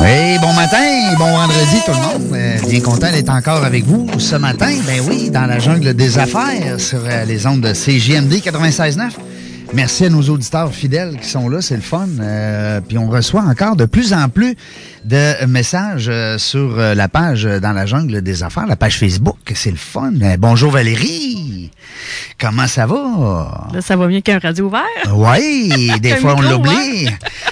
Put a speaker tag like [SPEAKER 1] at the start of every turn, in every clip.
[SPEAKER 1] Hey, bon matin, bon vendredi tout le monde. Euh, bien content d'être encore avec vous ce matin. Ben oui, dans la jungle des affaires sur euh, les ondes de CJMD 96.9. Merci à nos auditeurs fidèles qui sont là, c'est le fun. Euh, puis on reçoit encore de plus en plus de messages euh, sur euh, la page euh, dans la jungle des affaires, la page Facebook, c'est le fun. Euh, bonjour Valérie, comment ça va?
[SPEAKER 2] Là, ça va mieux qu'un radio ouvert.
[SPEAKER 1] Oui, des
[SPEAKER 2] Un
[SPEAKER 1] fois on
[SPEAKER 2] micro,
[SPEAKER 1] l'oublie.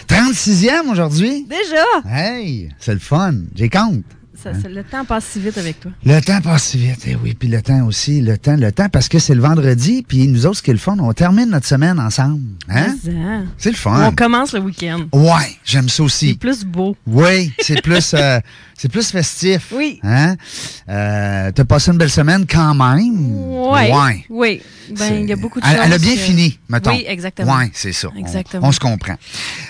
[SPEAKER 1] 36e aujourd'hui.
[SPEAKER 2] Déjà!
[SPEAKER 1] Hey, c'est le fun, j'ai compte.
[SPEAKER 2] Ça-
[SPEAKER 1] Hein?
[SPEAKER 2] ça- le temps passe si vite avec toi.
[SPEAKER 1] Le temps passe si vite, eh oui, puis le temps aussi, le temps, le temps, parce que c'est le vendredi, puis nous autres, ce qu'ils le fun, on termine notre semaine ensemble. Hein?
[SPEAKER 2] Dix ans.
[SPEAKER 1] C'est le fun.
[SPEAKER 2] On commence le week-end.
[SPEAKER 1] Ouais, j'aime ça
[SPEAKER 2] C'est
[SPEAKER 1] aussi.
[SPEAKER 2] plus beau.
[SPEAKER 1] Oui, c'est plus, euh, c'est plus festif.
[SPEAKER 2] Oui.
[SPEAKER 1] Hein? Euh, T'as passé une belle semaine quand même.
[SPEAKER 2] Ouais.
[SPEAKER 1] Ouais.
[SPEAKER 2] Oui. Ben,
[SPEAKER 1] C'est-
[SPEAKER 2] il y a beaucoup de
[SPEAKER 1] elle,
[SPEAKER 2] choses.
[SPEAKER 1] elle a bien
[SPEAKER 2] que-
[SPEAKER 1] fini, mettons.
[SPEAKER 2] Oui, exactement.
[SPEAKER 1] Oui, c'est ça. On-
[SPEAKER 2] Exactement.
[SPEAKER 1] On, se comprend.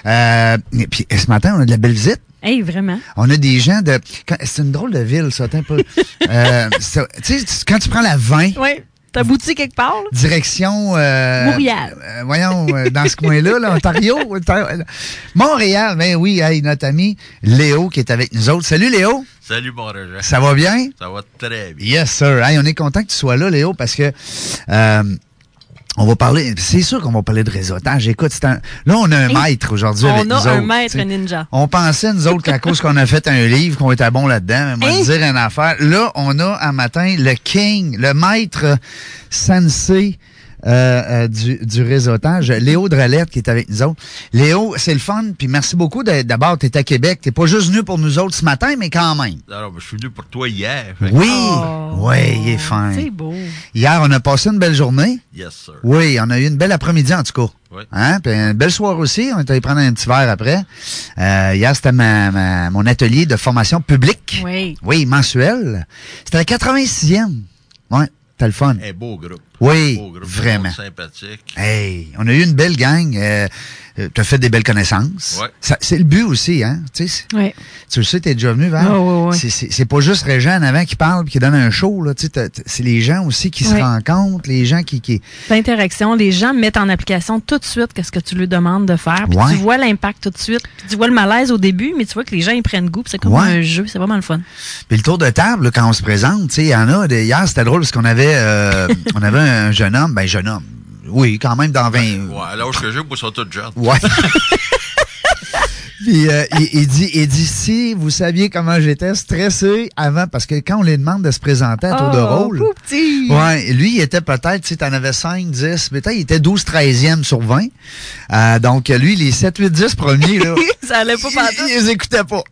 [SPEAKER 1] Euh, et puis, ce matin, on a de la belle visite.
[SPEAKER 2] Hey, vraiment.
[SPEAKER 1] On a des gens de. quand- C'est une drôle de ville, ça. attends un peu. Euh, ça- tu sais, tu- quand tu prends la 20,
[SPEAKER 2] Oui. T'as
[SPEAKER 1] Mm.
[SPEAKER 2] bouti quelque part, là?
[SPEAKER 1] direction. euh,
[SPEAKER 2] Montréal.
[SPEAKER 1] euh, voyons, euh, dans ce coin-là, là, Ontario. Ontario- Montréal, ben oui, hey, notre ami Léo qui est avec nous autres. Salut Léo,
[SPEAKER 3] Salut, mon Roger.
[SPEAKER 1] ça va bien?
[SPEAKER 3] Ça va très bien.
[SPEAKER 1] Yes, sir. Hey, on est content que tu sois là, Léo, parce que euh, on va parler. C'est sûr qu'on va parler de réseautage. Écoute, c'est un- là, on a un
[SPEAKER 2] Hey,
[SPEAKER 1] maître aujourd'hui avec
[SPEAKER 2] On
[SPEAKER 1] nous
[SPEAKER 2] a un
[SPEAKER 1] autres,
[SPEAKER 2] maître
[SPEAKER 1] tu sais.
[SPEAKER 2] ninja.
[SPEAKER 1] On pensait, nous autres, qu'à cause qu'on a fait un livre, qu'on était bon là-dedans, mais moi,
[SPEAKER 2] Hein?
[SPEAKER 1] te dire une affaire. Là, on a un matin le king, le maître euh, sensei euh, euh, du, du réseautage, Léo Drelette, qui est avec nous autres. Léo, c'est le fun, puis merci beaucoup. d'être- D'abord, tu es à Québec. Tu pas juste venu pour nous autres ce matin, mais quand même.
[SPEAKER 3] Alors, ben, je suis venu pour toi hier. fait que-
[SPEAKER 1] Oui,
[SPEAKER 2] Oh.
[SPEAKER 1] oui, il est fin.
[SPEAKER 2] C'est beau.
[SPEAKER 1] Hier, on a passé une belle journée.
[SPEAKER 3] Yes, sir.
[SPEAKER 1] Oui, on a eu une belle après-midi en tout cas.
[SPEAKER 3] Oui.
[SPEAKER 1] Hein? Puis une belle soirée aussi. On est allé prendre un petit verre après. Euh, hier, c'était ma- ma- mon atelier de formation publique.
[SPEAKER 2] Oui.
[SPEAKER 1] Oui, mensuel. C'était la 86e. Oui, c'était le fun.
[SPEAKER 3] Un beau groupe.
[SPEAKER 1] Oui,
[SPEAKER 3] Beau groupe,
[SPEAKER 1] vraiment.
[SPEAKER 3] monde Sympathique.
[SPEAKER 1] Hey, on a eu une belle gang. Euh, tu as fait des belles connaissances.
[SPEAKER 3] Ouais.
[SPEAKER 1] Ça- C'est le but aussi, hein? Tu sais,
[SPEAKER 2] Oui.
[SPEAKER 1] tu le sais, t'es déjà venu, Val.
[SPEAKER 2] Ah, ouais, ouais.
[SPEAKER 1] C'est- C'est c'est pas juste Régent en avant qui parle et qui donne un show. là. Tu sais, t'as- t'as- C'est les gens aussi qui se
[SPEAKER 2] Ouais.
[SPEAKER 1] rencontrent, les gens qui. qui...
[SPEAKER 2] L'interaction, les gens mettent en application tout de suite ce que tu lui demandes de faire. Puis
[SPEAKER 1] Ouais.
[SPEAKER 2] tu vois l'impact tout de suite. Puis tu vois le malaise au début, mais tu vois que les gens, ils prennent goût. puis c'est comme
[SPEAKER 1] Ouais.
[SPEAKER 2] un jeu. C'est vraiment le fun.
[SPEAKER 1] Puis le tour de table, là, quand on se présente, tu sais, il y en a. des- Hier, c'était drôle parce qu'on avait, euh, on avait un jeune homme, ben jeune homme. Oui, quand même dans 20.
[SPEAKER 3] Ouais, alors que j'ai, moi, ils sont tous jeunes.
[SPEAKER 1] Ouais. Puis euh, il, il dit, il dit si vous saviez comment j'étais stressé avant, parce que quand on les demande de se présenter à tour de rôle.
[SPEAKER 2] Oh, pauvre petit.
[SPEAKER 1] Ouais, lui, il était peut-être, tu sais, t'en avais 5, 10, mais t'as, il était 12, 13e sur 20. Euh, donc, lui, les 7, 8, 10 premiers, là,
[SPEAKER 2] ça allait pas partout.
[SPEAKER 1] il, il les écoutait pas.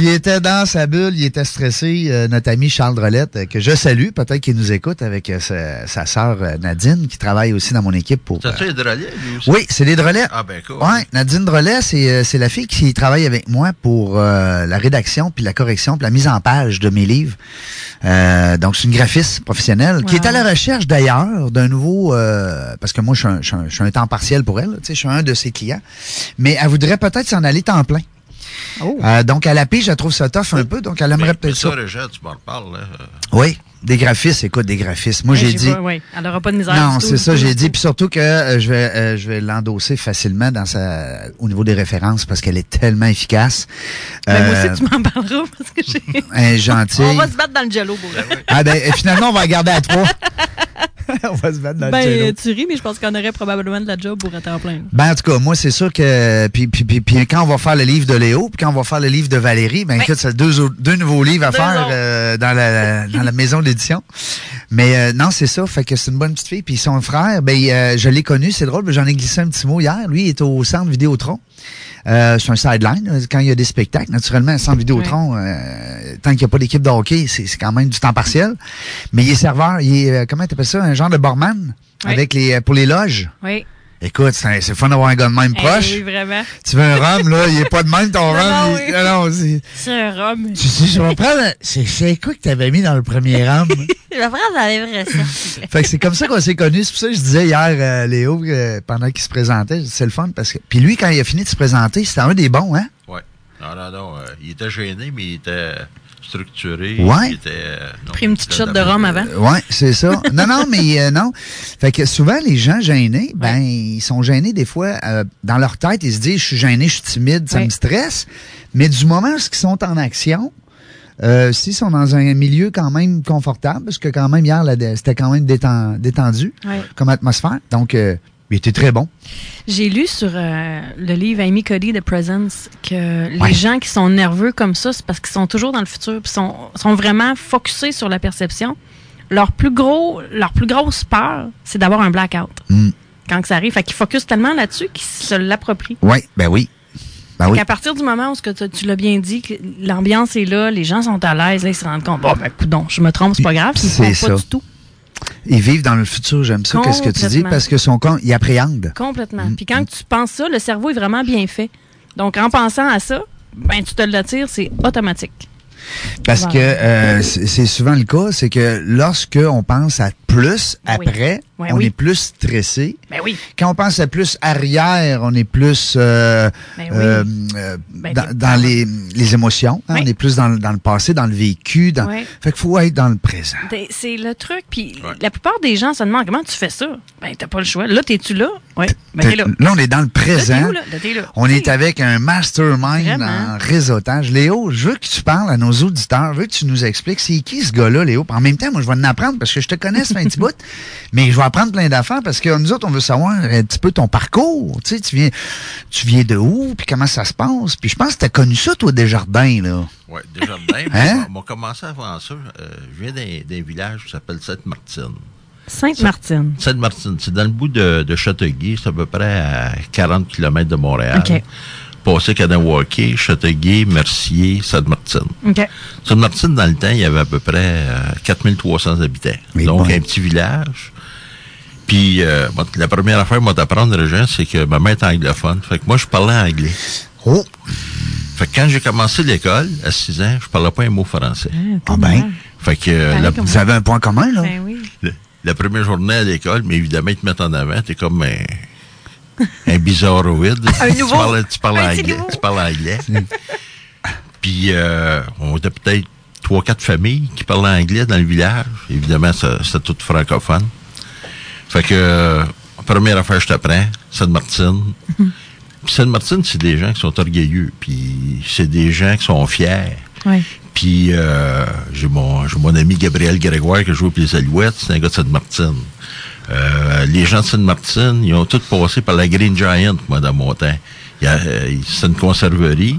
[SPEAKER 1] il était dans sa bulle, il était stressé. Euh, notre ami Charles Drolette, euh, que je salue, peut-être qu'il nous écoute avec euh, sa, sa sœur euh, Nadine, qui travaille aussi dans mon équipe pour... euh,
[SPEAKER 3] T'as-tu hydraulier, lui aussi?
[SPEAKER 1] oui, c'est les Drolettes.
[SPEAKER 3] Ah, ben, cool.
[SPEAKER 1] Ouais, Nadine Drolet, c'est euh, c'est la fille qui travaille avec moi pour euh, la rédaction, puis la correction, puis la mise en page de mes livres. Euh, donc, c'est une graphiste professionnelle qui
[SPEAKER 2] Wow.
[SPEAKER 1] est à la recherche d'ailleurs d'un nouveau... euh, parce que moi, je suis, un, je suis un- je suis un temps partiel pour elle, tu sais, je suis un de ses clients. Mais elle voudrait peut-être s'en aller temps plein.
[SPEAKER 2] Oh.
[SPEAKER 1] Euh, donc, à la pige, elle trouve ça tough un peu, donc elle aimerait
[SPEAKER 3] Mais- mais
[SPEAKER 1] peut-être ça.
[SPEAKER 3] ça, Roger, Ben, tu m'en reparles, hein. là.
[SPEAKER 1] Oui, des graphistes, écoute, des graphistes. Moi,
[SPEAKER 2] Ouais,
[SPEAKER 1] j'ai dit...
[SPEAKER 2] pas- ouais, elle aura pas de misère.
[SPEAKER 1] Non,
[SPEAKER 2] du tout,
[SPEAKER 1] c'est
[SPEAKER 2] du
[SPEAKER 1] ça,
[SPEAKER 2] tout,
[SPEAKER 1] j'ai
[SPEAKER 2] du
[SPEAKER 1] dit.
[SPEAKER 2] tout.
[SPEAKER 1] Puis surtout que euh, je vais, euh, je vais l'endosser facilement dans sa, au niveau des références parce qu'elle est tellement efficace.
[SPEAKER 2] Ben, moi
[SPEAKER 1] Euh,
[SPEAKER 2] aussi, tu m'en parleras parce que j'ai.
[SPEAKER 1] elle est gentille.
[SPEAKER 2] On va se battre dans le jello, beau.
[SPEAKER 1] Ah ben, et finalement, on va la garder à trois. on va se battre dans le
[SPEAKER 2] Ben,
[SPEAKER 1] jello.
[SPEAKER 2] euh, tu ris, mais je pense qu'on aurait probablement de la job pour être en plein.
[SPEAKER 1] Ben, en tout cas, moi, c'est sûr que... Puis, puis, puis, puis quand on va faire le livre de Léo, puis quand on va faire le livre de Valérie, ben, écoute, c'est deux, au- deux nouveaux livres à
[SPEAKER 2] Deux
[SPEAKER 1] faire
[SPEAKER 2] autres.
[SPEAKER 1] euh, dans, la, dans la maison d'édition. Mais euh, non, c'est ça. Fait que c'est une bonne petite fille. Puis son frère, ben, il, euh, je l'ai connu, c'est drôle, mais j'en ai glissé un petit mot hier. Lui, il est au centre Vidéotron. Euh, c'est un sideline là, quand il y a des spectacles. Naturellement, sans Vidéotron, euh, tant qu'il n'y a pas d'équipe de hockey, c'est c'est quand même du temps partiel. Mais il est serveur, il est, euh, comment tu ça, un genre de barman
[SPEAKER 2] Oui.
[SPEAKER 1] avec les, pour les loges.
[SPEAKER 2] Oui.
[SPEAKER 1] Écoute, c'est c'est fun d'avoir un gars de même
[SPEAKER 4] Eh
[SPEAKER 1] proche.
[SPEAKER 4] oui, vraiment.
[SPEAKER 1] Tu veux un rhum, là, il est pas de même ton rhum.
[SPEAKER 4] non,
[SPEAKER 1] il-
[SPEAKER 4] oui.
[SPEAKER 1] non, non, c'est-
[SPEAKER 4] C'est un rhum.
[SPEAKER 1] tu sais, je vais prendre. C'est, c'est quoi que t'avais mis dans le premier rhum?
[SPEAKER 4] Je vais prendre dans les vrais cercles.
[SPEAKER 1] fait que c'est comme ça qu'on s'est connus. C'est pour ça que je disais hier, euh, Léo, euh, pendant qu'il se présentait, je dis, c'est le fun parce que. Puis lui, quand il a fini de se présenter, c'était un des bons, hein?
[SPEAKER 3] Ouais. Non, non, non. euh, il était gêné, mais il était structuré.
[SPEAKER 1] Ouais.
[SPEAKER 3] Il était. euh, non,
[SPEAKER 2] Pris une petite
[SPEAKER 3] il
[SPEAKER 2] shot
[SPEAKER 3] était
[SPEAKER 2] de rhum avant.
[SPEAKER 1] Oui, c'est ça. Non, non, mais euh, non. Fait que souvent, les gens gênés, ben, ils sont gênés des fois. euh, dans leur tête, ils se disent, je suis gêné, je suis timide, ça
[SPEAKER 2] Ouais.
[SPEAKER 1] me stresse. Mais du moment où ils sont en action, euh, s'ils sont dans un milieu quand même confortable, parce que quand même, hier, là, de- c'était quand même déten- détendu
[SPEAKER 2] Ouais.
[SPEAKER 1] comme atmosphère. Donc, euh, il était très bon.
[SPEAKER 2] J'ai lu sur euh, le livre Amy Cody, The Presence, que les
[SPEAKER 1] Ouais.
[SPEAKER 2] gens qui sont nerveux comme ça, c'est parce qu'ils sont toujours dans le futur, puis sont, sont vraiment focusés sur la perception. Leur plus gros, leur plus grosse peur, c'est d'avoir un blackout.
[SPEAKER 1] Mm.
[SPEAKER 2] Quand que ça arrive, fait qu'ils focusent tellement là-dessus qu'ils se l'approprient.
[SPEAKER 1] Oui, ben oui. Ben oui.
[SPEAKER 2] Qu'à partir du moment où ce que tu- tu l'as bien dit, que l'ambiance est là, les gens sont à l'aise, là, ils se rendent compte, bon, ben, coudon, je me trompe, c'est pas grave, ils
[SPEAKER 1] C'est
[SPEAKER 2] ne font
[SPEAKER 1] ça.
[SPEAKER 2] pas du tout.
[SPEAKER 1] Ils vivent dans le futur, j'aime ça, qu'est-ce que tu dis,
[SPEAKER 2] Complètement.
[SPEAKER 1] parce que son con, il appréhende.
[SPEAKER 2] Complètement. Puis quand tu penses ça, le cerveau est vraiment bien fait. Donc, en pensant à ça, ben, tu te l'attires, c'est automatique.
[SPEAKER 1] Parce
[SPEAKER 2] Wow.
[SPEAKER 1] que euh, c'est c'est souvent le cas, c'est que lorsque on pense à plus après,
[SPEAKER 2] Ouais,
[SPEAKER 1] on
[SPEAKER 2] oui.
[SPEAKER 1] est plus stressé.
[SPEAKER 2] Ben oui.
[SPEAKER 1] Quand on pense à plus arrière, on est plus euh,
[SPEAKER 2] Ben oui.
[SPEAKER 1] euh, euh,
[SPEAKER 2] Ben,
[SPEAKER 1] dans,
[SPEAKER 2] t'es-
[SPEAKER 1] dans les, les émotions. hein,
[SPEAKER 2] Ouais.
[SPEAKER 1] On est plus dans, le- dans le passé, dans le vécu. Dans...
[SPEAKER 2] Ouais.
[SPEAKER 1] Fait qu'il faut être dans le présent.
[SPEAKER 2] T'es- C'est le truc. Puis
[SPEAKER 3] Ouais.
[SPEAKER 2] la plupart des gens se demandent comment tu fais ça. Ben, t'as pas le choix. Là, t'es-tu là? Oui. Ben,
[SPEAKER 1] Fait
[SPEAKER 2] t'es là.
[SPEAKER 1] que on est dans le
[SPEAKER 2] Là, t'es
[SPEAKER 1] présent.
[SPEAKER 2] où, là? Là, t'es là.
[SPEAKER 1] On
[SPEAKER 2] T'sais,
[SPEAKER 1] est avec un mastermind
[SPEAKER 2] Vraiment.
[SPEAKER 1] en réseautage. Léo, je veux que tu parles à nos auditeurs. Je veux que tu nous expliques c'est qui ce gars-là, Léo. En même temps, moi, je vais en apprendre parce que je te connais, ça fait un petit bout. Mais je vais apprendre plein d'affaires parce que nous autres, on veut savoir un petit peu ton parcours. Tu sais, tu viens, tu viens de où, puis comment ça se passe. Puis je pense que tu as connu ça, toi, Desjardins, là.
[SPEAKER 3] Oui, déjà même.
[SPEAKER 1] Hein?
[SPEAKER 3] On m'a commencé avant ça. euh, je viens d'un d'un village qui s'appelle Sainte-Martine.
[SPEAKER 2] Sainte-Martine.
[SPEAKER 3] Sainte-Martine, c'est dans le bout de, de Châteauguay, c'est à peu près à 40 km de Montréal.
[SPEAKER 2] OK.
[SPEAKER 3] Passé Kanawake, Châteauguay, Mercier, Sainte-Martine.
[SPEAKER 2] OK.
[SPEAKER 3] Ah, Sainte-Martine, dans le temps, il y avait à peu près euh, 4300 habitants.
[SPEAKER 1] Mais
[SPEAKER 3] Donc,
[SPEAKER 1] bon.
[SPEAKER 3] un petit village. Puis, euh, moi, la première affaire, moi, t'apprendre, Régent, c'est que ma mère est anglophone. Fait que moi, je parlais anglais.
[SPEAKER 1] Oh,
[SPEAKER 3] Fait que quand j'ai commencé l'école, à 6 ans, je parlais pas un mot français.
[SPEAKER 1] ah ben,
[SPEAKER 3] Fait que euh,
[SPEAKER 2] Pareil
[SPEAKER 3] la,
[SPEAKER 2] comme
[SPEAKER 1] vous avez un point commun, là.
[SPEAKER 2] Ben oui.
[SPEAKER 3] la- la première journée à l'école, mais évidemment, ils te mettent en avant, t'es comme un, un bizarroïde.
[SPEAKER 4] Un nouveau.
[SPEAKER 3] Tu parles, tu parles
[SPEAKER 4] Un petit
[SPEAKER 3] anglais.
[SPEAKER 4] nouveau.
[SPEAKER 3] Tu parles anglais. Puis, euh, on était peut-être trois, quatre familles qui parlaient anglais dans le village. Évidemment, ça- c'était tout francophone. Fait que, euh, première affaire, je t'apprends, Sainte-Martine. Puis Sainte-Martine, c'est des gens qui sont orgueilleux. Puis, c'est des gens qui sont fiers.
[SPEAKER 2] Ouais.
[SPEAKER 3] Puis euh, j'ai mon, j'ai mon ami Gabriel Grégoire qui joue pour les Alouettes, c'est un gars de Sainte-Martine. Euh, les gens de Sainte-Martine, ils ont tous passé par la Green Giant, moi, dans mon temps. Il y a, euh, c'est une conserverie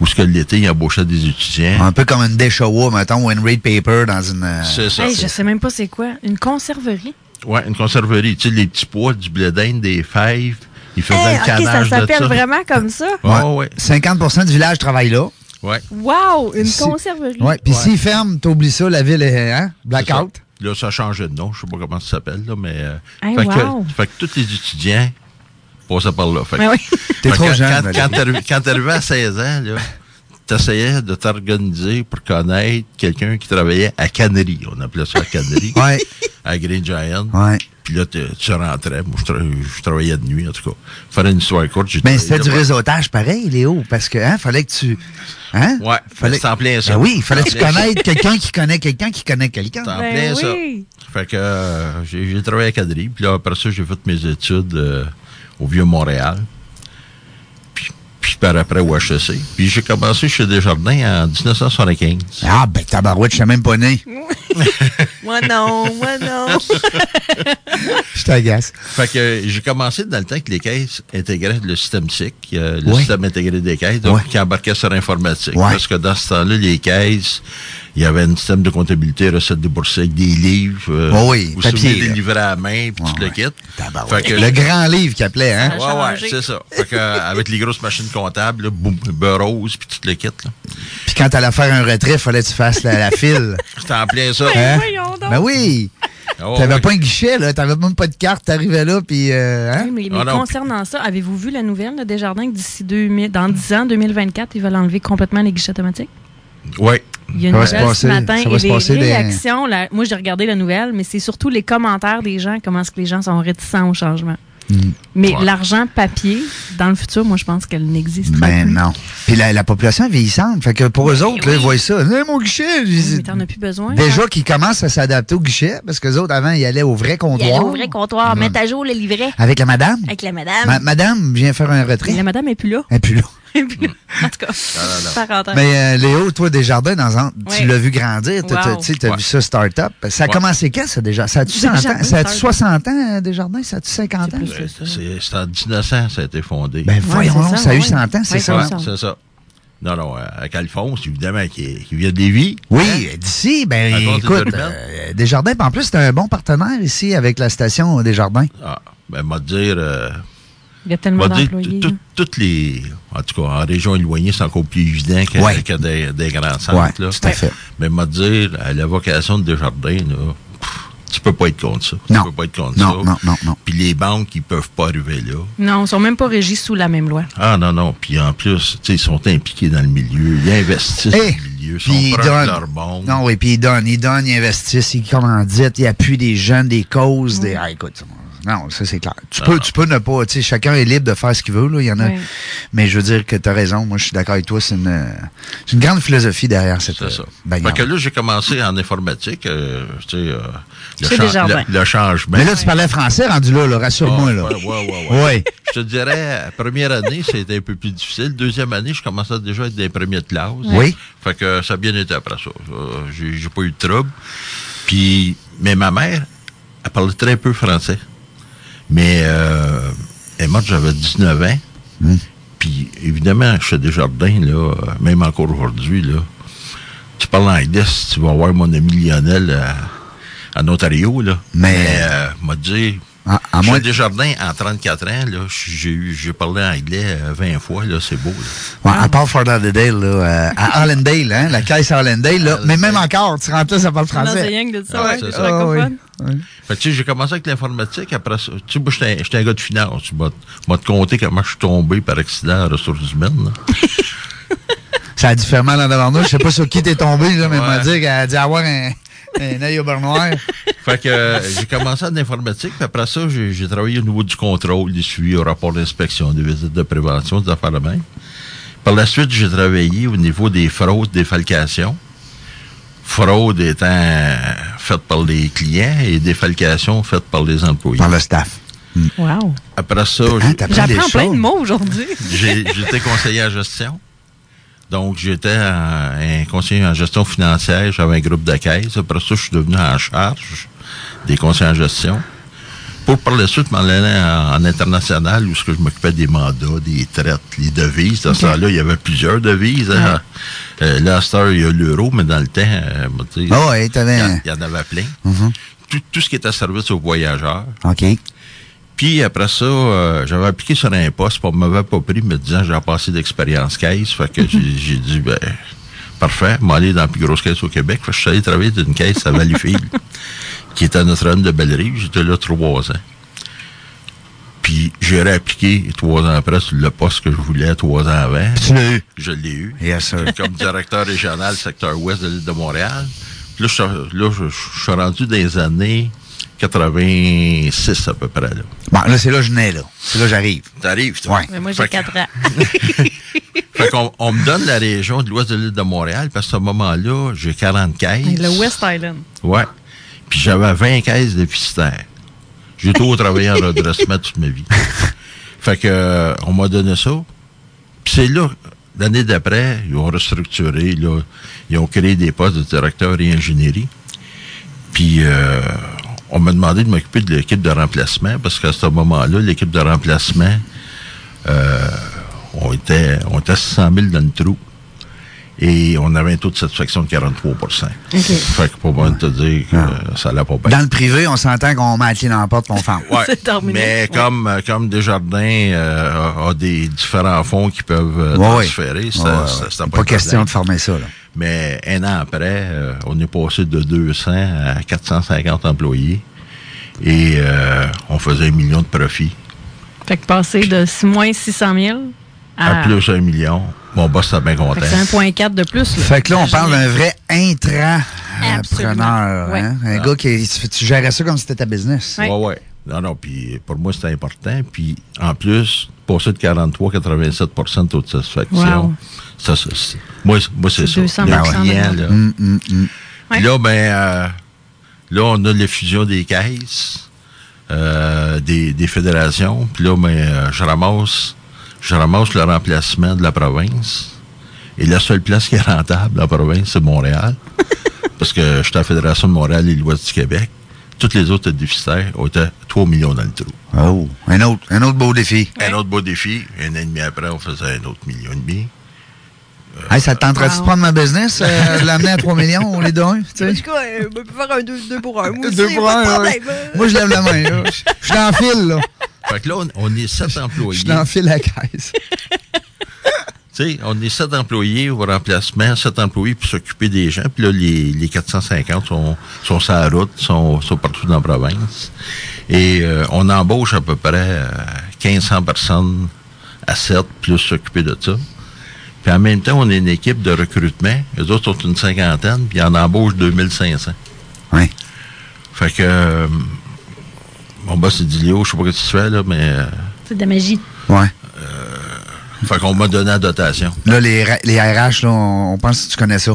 [SPEAKER 3] où, ce que l'été, ils embauchaient des étudiants.
[SPEAKER 1] Un peu comme une Deshawa, mettons, ou une Read Paper dans une. euh,
[SPEAKER 3] C'est ça.
[SPEAKER 2] Hey, je sais même pas c'est quoi. Une conserverie.
[SPEAKER 3] Ouais, une conserverie. Tu sais, les petits pois, du blé d'Inde, des fèves. Ils faisaient
[SPEAKER 4] Hey,
[SPEAKER 3] le
[SPEAKER 4] ok, ça
[SPEAKER 3] canage de
[SPEAKER 4] s'appelle
[SPEAKER 3] ça.
[SPEAKER 4] vraiment comme ça.
[SPEAKER 3] Ouais, ouais,
[SPEAKER 1] 50 du village travaille là.
[SPEAKER 3] ouais.
[SPEAKER 4] Wow, une
[SPEAKER 1] Si-
[SPEAKER 4] conserverie.
[SPEAKER 1] Ouais. Puis s'il ferme, t'oublies ça, la ville est hein? blackout.
[SPEAKER 3] C'est ça. Là, ça a changé de nom. Je sais pas comment ça s'appelle, là, mais. euh,
[SPEAKER 2] Hey,
[SPEAKER 3] fait,
[SPEAKER 2] wow.
[SPEAKER 3] que, fait que tous les étudiants passaient par là. Fait que-
[SPEAKER 2] Ben oui.
[SPEAKER 1] T'es
[SPEAKER 3] Fait
[SPEAKER 1] trop
[SPEAKER 3] que quand-
[SPEAKER 1] jeune,
[SPEAKER 3] Quand,
[SPEAKER 1] Valérie.
[SPEAKER 3] quand t'arri- quand t'arrivais à 16 ans, là, t'essayais de t'organiser pour connaître quelqu'un qui travaillait à Cannery. On appelait ça à Cannery.
[SPEAKER 1] Ouais.
[SPEAKER 3] À Green Giant.
[SPEAKER 1] Ouais.
[SPEAKER 3] Puis là, tu tu rentrais. Moi, je, tra- je travaillais de nuit, en tout cas. Faire une histoire courte. j'ai
[SPEAKER 1] Mais
[SPEAKER 3] travaillé
[SPEAKER 1] Ben, c'était du
[SPEAKER 3] là-bas.
[SPEAKER 1] réseautage pareil, Léo, parce que hein, fallait que tu. Hein?
[SPEAKER 3] Ouais,
[SPEAKER 1] Fallait...
[SPEAKER 3] c'est en plein ça.
[SPEAKER 1] Ben oui, fallait que tu
[SPEAKER 3] C'est en plein
[SPEAKER 1] connaisses quelqu'un qui connaît quelqu'un qui connaît quelqu'un.
[SPEAKER 3] C'est en
[SPEAKER 4] Ben
[SPEAKER 3] plein
[SPEAKER 4] oui.
[SPEAKER 3] ça. Fait que euh, j'ai j'ai travaillé à Cadry. Puis là, après ça, j'ai fait mes études euh, au Vieux-Montréal. Puis, puis par après au HEC. Puis j'ai commencé chez Desjardins en 1975.
[SPEAKER 1] Ah ben tabarouette, je suis même pas né.
[SPEAKER 4] Moi non, moi non.
[SPEAKER 1] Je t'agace.
[SPEAKER 3] Fait que euh, j'ai commencé dans le temps que les caisses intégraient le système SIC, euh, le
[SPEAKER 1] Ouais.
[SPEAKER 3] système intégré des caisses, donc
[SPEAKER 1] Ouais.
[SPEAKER 3] qui embarquait sur informatique.
[SPEAKER 1] Ouais.
[SPEAKER 3] Parce que dans ce temps-là, les caisses, il y avait un système de comptabilité, recettes déboursées, avec des livres, euh,
[SPEAKER 1] Oh oui,
[SPEAKER 3] vous
[SPEAKER 1] papier,
[SPEAKER 3] souvenez des
[SPEAKER 1] là.
[SPEAKER 3] livrets à la main, puis
[SPEAKER 1] Ouais,
[SPEAKER 3] tu te le
[SPEAKER 1] ouais.
[SPEAKER 3] quittes.
[SPEAKER 1] Tabarouette. Le grand livre qu'il appelait, hein?
[SPEAKER 2] a
[SPEAKER 3] Ouais, ouais,
[SPEAKER 2] changé.
[SPEAKER 3] c'est ça. Fait que, euh, avec les grosses machines comptables, là, boum, Burroughs, puis tu te le quittes. là.
[SPEAKER 1] Puis quand t'allais faire un retrait, fallait que tu fasses la, la file.
[SPEAKER 3] C'était en plein ça.
[SPEAKER 1] Hein?
[SPEAKER 4] voyons donc.
[SPEAKER 1] Ben oui.
[SPEAKER 3] Oh,
[SPEAKER 1] T'avais
[SPEAKER 3] oui.
[SPEAKER 1] pas un guichet, là. T'avais même pas de carte. T'arrivais là, puis. euh, hein?
[SPEAKER 2] Oui, mais, mais
[SPEAKER 3] Ah non.
[SPEAKER 2] concernant ça, avez-vous vu la nouvelle de Desjardins que d'ici 2000, dans 10 ans, 2024, ils veulent enlever complètement les guichets automatiques?
[SPEAKER 3] Oui.
[SPEAKER 2] Il y a une
[SPEAKER 1] Ça va se
[SPEAKER 2] nouvelle
[SPEAKER 1] passer-
[SPEAKER 2] ce matin
[SPEAKER 1] ça va
[SPEAKER 2] et
[SPEAKER 1] se
[SPEAKER 2] les
[SPEAKER 1] passer des-
[SPEAKER 2] réactions. la- moi, j'ai regardé la nouvelle, mais c'est surtout les commentaires des gens, comment est-ce que les gens sont réticents au changement.
[SPEAKER 1] Mm.
[SPEAKER 2] Mais
[SPEAKER 3] Ouais.
[SPEAKER 2] l'argent papier, dans le futur, moi, je pense qu'elle n'existe pas.
[SPEAKER 1] Ben non. Puis la, la population est vieillissante. Fait que pour eux autres, là, ils voient ça. Eh, mon guichet!
[SPEAKER 2] Mais
[SPEAKER 1] ils-
[SPEAKER 2] t'en as hein. plus besoin.
[SPEAKER 1] Déjà qu'ils commencent à s'adapter au guichet, parce que les autres, avant, ils allaient au vrai
[SPEAKER 4] Il
[SPEAKER 1] comptoir.
[SPEAKER 4] y a le vrai comptoir, mettre à jour le livret
[SPEAKER 1] Avec la madame.
[SPEAKER 4] avec la madame.
[SPEAKER 1] Ma- madame vient faire un retrait.
[SPEAKER 2] La madame est plus là.
[SPEAKER 1] Et puis là.
[SPEAKER 2] Elle est plus là.
[SPEAKER 1] Mm.
[SPEAKER 2] En tout cas, parenthèse.
[SPEAKER 1] Mais euh, Léo, toi, Desjardins, dans un- tu
[SPEAKER 2] Ouais.
[SPEAKER 1] l'as vu grandir. Tu
[SPEAKER 2] Wow.
[SPEAKER 1] as
[SPEAKER 3] Ouais.
[SPEAKER 1] vu ça start-up. Ça a
[SPEAKER 3] Ouais.
[SPEAKER 1] commencé quand, ça, déjà? Ça a-tu 100
[SPEAKER 2] Desjardins
[SPEAKER 1] ans? Ça a-tu
[SPEAKER 2] start-up.
[SPEAKER 1] 60 ans, euh, Desjardins? Ça a-tu 50 ans?
[SPEAKER 3] C'est ben, c'est en 1900 ça a été fondé.
[SPEAKER 1] Ben voyons,
[SPEAKER 2] c'est
[SPEAKER 1] donc, ça,
[SPEAKER 2] ça,
[SPEAKER 1] a eu
[SPEAKER 2] ouais.
[SPEAKER 1] 100 ans, c'est
[SPEAKER 2] Ouais,
[SPEAKER 1] ça?
[SPEAKER 3] Ouais,
[SPEAKER 2] ça.
[SPEAKER 3] c'est ça. Non, non, euh, avec Alphonse, évidemment, qui, qui vient de Lévis.
[SPEAKER 1] Oui, d'ici, ben
[SPEAKER 3] Hein? À cause des
[SPEAKER 1] écoute,
[SPEAKER 3] Dorubans.
[SPEAKER 1] euh, Desjardins, puis en plus, c'est un bon partenaire ici avec la station Desjardins.
[SPEAKER 3] Ah, ben, m'a dire, euh,
[SPEAKER 2] Il y a tellement
[SPEAKER 3] m'a dire
[SPEAKER 2] d'employés.
[SPEAKER 3] tout- tout- toutes les. En tout cas, en région éloignée, c'est encore plus évident que,
[SPEAKER 1] Ouais.
[SPEAKER 3] que des, des grands centres.
[SPEAKER 1] Ouais,
[SPEAKER 3] là.
[SPEAKER 1] tout à fait.
[SPEAKER 3] Mais m'a dire, à la vocation de Desjardins, là, pff, tu peux pas être contre ça.
[SPEAKER 1] Non.
[SPEAKER 3] Tu peux pas être contre
[SPEAKER 1] Non,
[SPEAKER 3] ça.
[SPEAKER 1] non, non, non.
[SPEAKER 3] Puis les banques, ils peuvent pas arriver là.
[SPEAKER 2] Non, ils ne sont même pas régis sous la même loi.
[SPEAKER 3] Ah non, non. Puis en plus, tu sais, ils sont impliqués dans le milieu. Ils investissent
[SPEAKER 1] Eh,
[SPEAKER 3] dans le milieu. Ils
[SPEAKER 1] puis ils
[SPEAKER 3] sont proches de
[SPEAKER 1] donnent.
[SPEAKER 3] leur monde.
[SPEAKER 1] Non, oui, puis ils donnent, ils donnent, ils investissent, ils commanditent, ils appuient des jeunes, des causes, des. Ah, écoute, non, ça c'est clair.
[SPEAKER 3] Ah.
[SPEAKER 1] Tu peux, tu peux ne pas, tu sais, chacun est libre de faire ce qu'il veut, là. Il y en a.
[SPEAKER 2] Oui.
[SPEAKER 1] Mais je veux dire que tu as raison, moi je suis d'accord avec toi, c'est une, euh, c'est une grande philosophie derrière cette
[SPEAKER 3] C'est
[SPEAKER 1] euh,
[SPEAKER 3] ça.
[SPEAKER 1] bagarre.
[SPEAKER 3] Fait que là, j'ai commencé en informatique. euh, tu sais, euh, le,
[SPEAKER 2] Chez Desjardins.
[SPEAKER 3] le, le changement.
[SPEAKER 1] Mais là, tu parlais français rendu là, là rassure-moi, là.
[SPEAKER 3] Ouais, ouais, ouais,
[SPEAKER 1] Oui.
[SPEAKER 3] ouais. Je te dirais, première année, c'était un peu plus difficile. Deuxième année, je commençais déjà à être des premiers de classe.
[SPEAKER 1] Oui.
[SPEAKER 3] Fait que ça a bien été après ça. Euh, J'ai j'ai pas eu de trouble. Puis, mais ma mère, elle parlait très peu français. Mais euh, elle est morte, j'avais 19 ans.
[SPEAKER 1] Hmm.
[SPEAKER 3] Puis, évidemment, chez Desjardins, là, euh, même encore aujourd'hui, là, tu parles anglais, si tu vas voir mon ami Lionel euh, en Ontario, là.
[SPEAKER 1] Mais-
[SPEAKER 3] euh, m'a dit,
[SPEAKER 1] À- Ah, à
[SPEAKER 3] chez
[SPEAKER 1] moins-
[SPEAKER 3] Desjardins, en 34 ans, là, j'ai eu- j'ai parlé anglais euh, 20 fois, là, c'est beau, là.
[SPEAKER 1] Ouais, à part Fort Lauderdale, là, euh, à Allendale, hein, la caisse à Allendale, là, mais même encore, tu rentres là, ça parle
[SPEAKER 2] Non, c'est
[SPEAKER 1] français.
[SPEAKER 2] rien que de ça,
[SPEAKER 3] Ah,
[SPEAKER 2] ouais,
[SPEAKER 3] c'est
[SPEAKER 2] c'est
[SPEAKER 3] ça.
[SPEAKER 2] francophone.
[SPEAKER 3] Fait que, tu sais, j'ai commencé avec l'informatique, après ça, tu sais, moi, j'étais un- j'étais un gars de finance, tu m'as m'as te compter comment je suis tombé par accident en ressources humaines, là.
[SPEAKER 1] Ça a dû faire mal en avant nous. Je sais pas sur qui t'es tombé, là, mais
[SPEAKER 3] Ouais.
[SPEAKER 1] m'a dit qu'elle a dû avoir un, un œil au beurre noir.
[SPEAKER 3] Fait que euh, j'ai commencé en informatique, puis après ça, j'ai j'ai travaillé au niveau du contrôle, des suivis au rapport d'inspection, des visites de prévention, des affaires de même. Par la suite, j'ai travaillé au niveau des fraudes, des falcations. Fraude étant euh, faite par les clients et défalcation faite par les employés.
[SPEAKER 1] Par le staff.
[SPEAKER 2] Wow.
[SPEAKER 3] Après ça,
[SPEAKER 1] Hein,
[SPEAKER 3] j'ai-
[SPEAKER 1] t'apprends des
[SPEAKER 2] J'apprends plein de
[SPEAKER 1] choses.
[SPEAKER 2] mots aujourd'hui.
[SPEAKER 3] j'ai- j'étais conseiller en gestion. Donc, j'étais euh, un conseiller en gestion financière. J'avais un groupe de caisse. Après ça, je suis devenu en charge des conseillers en gestion. Pour par la suite m'en aller en, en international où ce que je m'occupais des mandats, des traites, les devises. Dans ce temps-là, il y avait plusieurs devises. hein. Euh, là, à cette heure, il y a l'euro, mais dans le temps, euh, moi, tu sais,
[SPEAKER 1] Ah ouais, Mm-hmm. t'avais
[SPEAKER 3] il y en-
[SPEAKER 1] un-
[SPEAKER 3] il y, en avait plein. tout, tout ce qui était service aux voyageurs.
[SPEAKER 1] OK.
[SPEAKER 3] Puis après ça, euh, j'avais appliqué sur un poste, puis on m'avait pas pris, me disant j'ai pas assez d'expérience caisse. Fait que j'ai j'ai dit ben parfait, m'aller dans la plus grosse caisse au Québec. Fait que je suis allé travailler dans une caisse à Valleyfield, qui était à Notre-Dame de Bellerive. J'étais là trois ans. Puis j'ai réappliqué trois ans après sur le poste que je voulais trois ans avant.
[SPEAKER 1] Tu euh, l'as eu.
[SPEAKER 3] Je l'ai eu. Euh,
[SPEAKER 1] Yes, sir.
[SPEAKER 3] comme directeur régional secteur ouest de l'île de Montréal. Puis là, je, suis- là, je- je suis rendu dans les années 86 à peu près. Là.
[SPEAKER 1] Bon, là, c'est là que je nais, là. C'est là que j'arrive.
[SPEAKER 3] T'arrives, toi.
[SPEAKER 1] Ouais.
[SPEAKER 2] Mais moi,
[SPEAKER 3] Fait
[SPEAKER 2] j'ai
[SPEAKER 3] que-
[SPEAKER 2] 4 ans.
[SPEAKER 3] Fait qu'on on me donne la région de l'ouest de l'île de Montréal, parce qu'à ce moment-là, j'ai 40 caisses.
[SPEAKER 2] Le West Island.
[SPEAKER 3] Ouais. Puis j'avais 20 caisses déficitaires. J'ai tout travaillé en redressement toute ma vie. Fait que, euh, on m'a donné ça. Puis c'est là, l'année d'après, ils ont restructuré, là, ils ont créé des postes de directeur et ingénierie. Puis euh, on m'a demandé de m'occuper de l'équipe de remplacement, parce qu'à ce moment-là, l'équipe de remplacement, euh, on, était, on était 600 000 dans le trou. Et on avait un taux de satisfaction de 43 Fait que pour moi, te dire que euh, ça allait pas bien.
[SPEAKER 1] Dans le privé, on s'entend qu'on met la clé dans la porte, qu'on ferme.
[SPEAKER 3] Ouais.
[SPEAKER 2] C'est terminé.
[SPEAKER 3] Mais
[SPEAKER 2] Ouais.
[SPEAKER 3] comme, euh, comme Desjardins euh, a, a des différents fonds qui peuvent euh,
[SPEAKER 1] Ouais, ouais.
[SPEAKER 3] transférer, c'est
[SPEAKER 1] Ouais, ouais, ouais.
[SPEAKER 3] pas,
[SPEAKER 1] pas
[SPEAKER 3] le
[SPEAKER 1] question
[SPEAKER 3] problème.
[SPEAKER 1] de former ça, là.
[SPEAKER 3] Mais un an après, euh, on est passé de 200 à 450 employés. Et euh, on faisait un million de profit.
[SPEAKER 2] Fait que passer de six- moins 600 000
[SPEAKER 3] À
[SPEAKER 2] à,
[SPEAKER 3] plus un million. Mon boss était bien
[SPEAKER 2] Ah. Fait
[SPEAKER 3] content.
[SPEAKER 2] que c'est 1,4 de plus. là.
[SPEAKER 1] Fait que là, on
[SPEAKER 2] Génial.
[SPEAKER 1] parle d'un vrai
[SPEAKER 2] Absolument,
[SPEAKER 1] intrapreneur.
[SPEAKER 2] ouais.
[SPEAKER 1] hein? Un gars qui tu- tu gérais ça comme si c'était ta business.
[SPEAKER 2] Ouais.
[SPEAKER 3] Ouais, ouais. Non, non, puis pour moi, c'était important. Puis en plus, passer de 43 87 de taux de satisfaction.
[SPEAKER 2] Wow.
[SPEAKER 3] Ça, ça, c'est- moi, c'est- moi, c'est
[SPEAKER 2] C'est
[SPEAKER 3] ça.
[SPEAKER 2] 200
[SPEAKER 3] Le
[SPEAKER 2] de
[SPEAKER 3] client,
[SPEAKER 2] moins.
[SPEAKER 3] là.
[SPEAKER 1] Hum, hum, hum.
[SPEAKER 2] Ouais.
[SPEAKER 3] Puis là, ben, euh, là, on a l'effusion des caisses, euh, des, des fédérations. Puis là, ben, euh, je ramasse, je ramasse le remplacement de la province. Et la seule place qui est rentable en province, c'est Montréal. parce que j'étais à la Fédération de Montréal et de l'Ouest du Québec. Toutes les autres étaient déficitaires, on était 3 millions dans le trou.
[SPEAKER 1] Oh, un autre, un autre beau défi.
[SPEAKER 3] Un autre beau défi, un an et demi après, on faisait un autre million et demi.
[SPEAKER 1] Hey, ça te tenterait-tu de
[SPEAKER 5] Ah.
[SPEAKER 2] Wow.
[SPEAKER 1] prendre ma business, euh, de l'amener à 3 millions, on les donne, tu sais?
[SPEAKER 5] En tout cas, euh, on peut faire un 2 pour 1. Moi,
[SPEAKER 1] Deux
[SPEAKER 5] aussi,
[SPEAKER 1] pour
[SPEAKER 5] pas de
[SPEAKER 1] un, ouais.
[SPEAKER 5] problème. hein.
[SPEAKER 1] Moi, je lève la main, là. Je je suis dans le fil, là.
[SPEAKER 3] Fait que là, on, on est sept
[SPEAKER 1] Je
[SPEAKER 3] employés.
[SPEAKER 1] suis dans le fil à la caisse.
[SPEAKER 3] Tu sais, on est sept employés au remplacement, sept employés pour s'occuper des gens. Puis là, les, les 450 sont, sont sur la route, sont, sont partout dans la province. Et euh, on embauche à peu près euh, 1500 personnes à 7, plus s'occuper de ça. Puis en même temps, on est une équipe de recrutement. Les autres sont une cinquantaine, puis on embauche 2500.
[SPEAKER 1] Oui.
[SPEAKER 3] Fait que... euh, Mon boss, il dit, Léo, je sais pas ce que tu fais, là, mais... euh,
[SPEAKER 2] C'est de la magie.
[SPEAKER 1] Ouais.
[SPEAKER 3] fait qu'on m'a donné la dotation.
[SPEAKER 1] Là, les, ra- les RH, là, on, on pense que tu connais ça.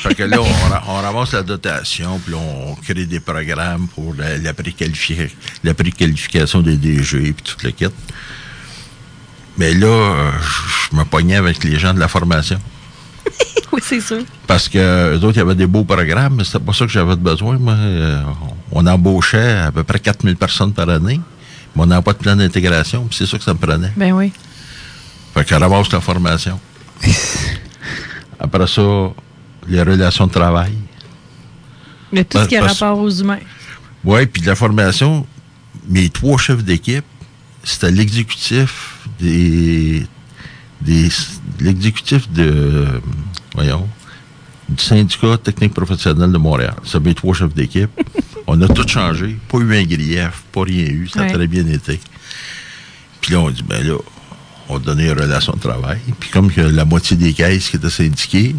[SPEAKER 3] Fait que là, on, ra- on ramasse la dotation, puis là, on crée des programmes pour la, la préqualifi- la préqualification des DG, puis tout le kit. Mais là, euh, je- je me pognais avec les gens de la formation.
[SPEAKER 2] Oui, c'est sûr.
[SPEAKER 3] Parce que eux autres, il y avait des beaux programmes, mais c'était pas ça que j'avais de besoin. Moi, Euh, on embauchait à peu près 4000 personnes par année, mais on n'avait pas de plan d'intégration, puis c'est ça que ça me prenait.
[SPEAKER 2] Ben oui.
[SPEAKER 3] Fait que ramasse la formation. Après ça, les relations de travail.
[SPEAKER 2] Mais tout
[SPEAKER 3] Ben,
[SPEAKER 2] ce qui a
[SPEAKER 3] parce-
[SPEAKER 2] rapport aux humains.
[SPEAKER 3] Oui, puis de la formation, mes trois chefs d'équipe, c'était l'exécutif des, des l'exécutif de euh, voyons du syndicat technique professionnel de Montréal. C'est mes trois chefs d'équipe. on a tout changé, pas eu un grief, pas rien eu, ça a
[SPEAKER 2] Ouais.
[SPEAKER 3] très bien été. Puis là, on dit, ben là, on donnait une relation de travail. Puis comme que la moitié des caisses qui étaient syndiquées,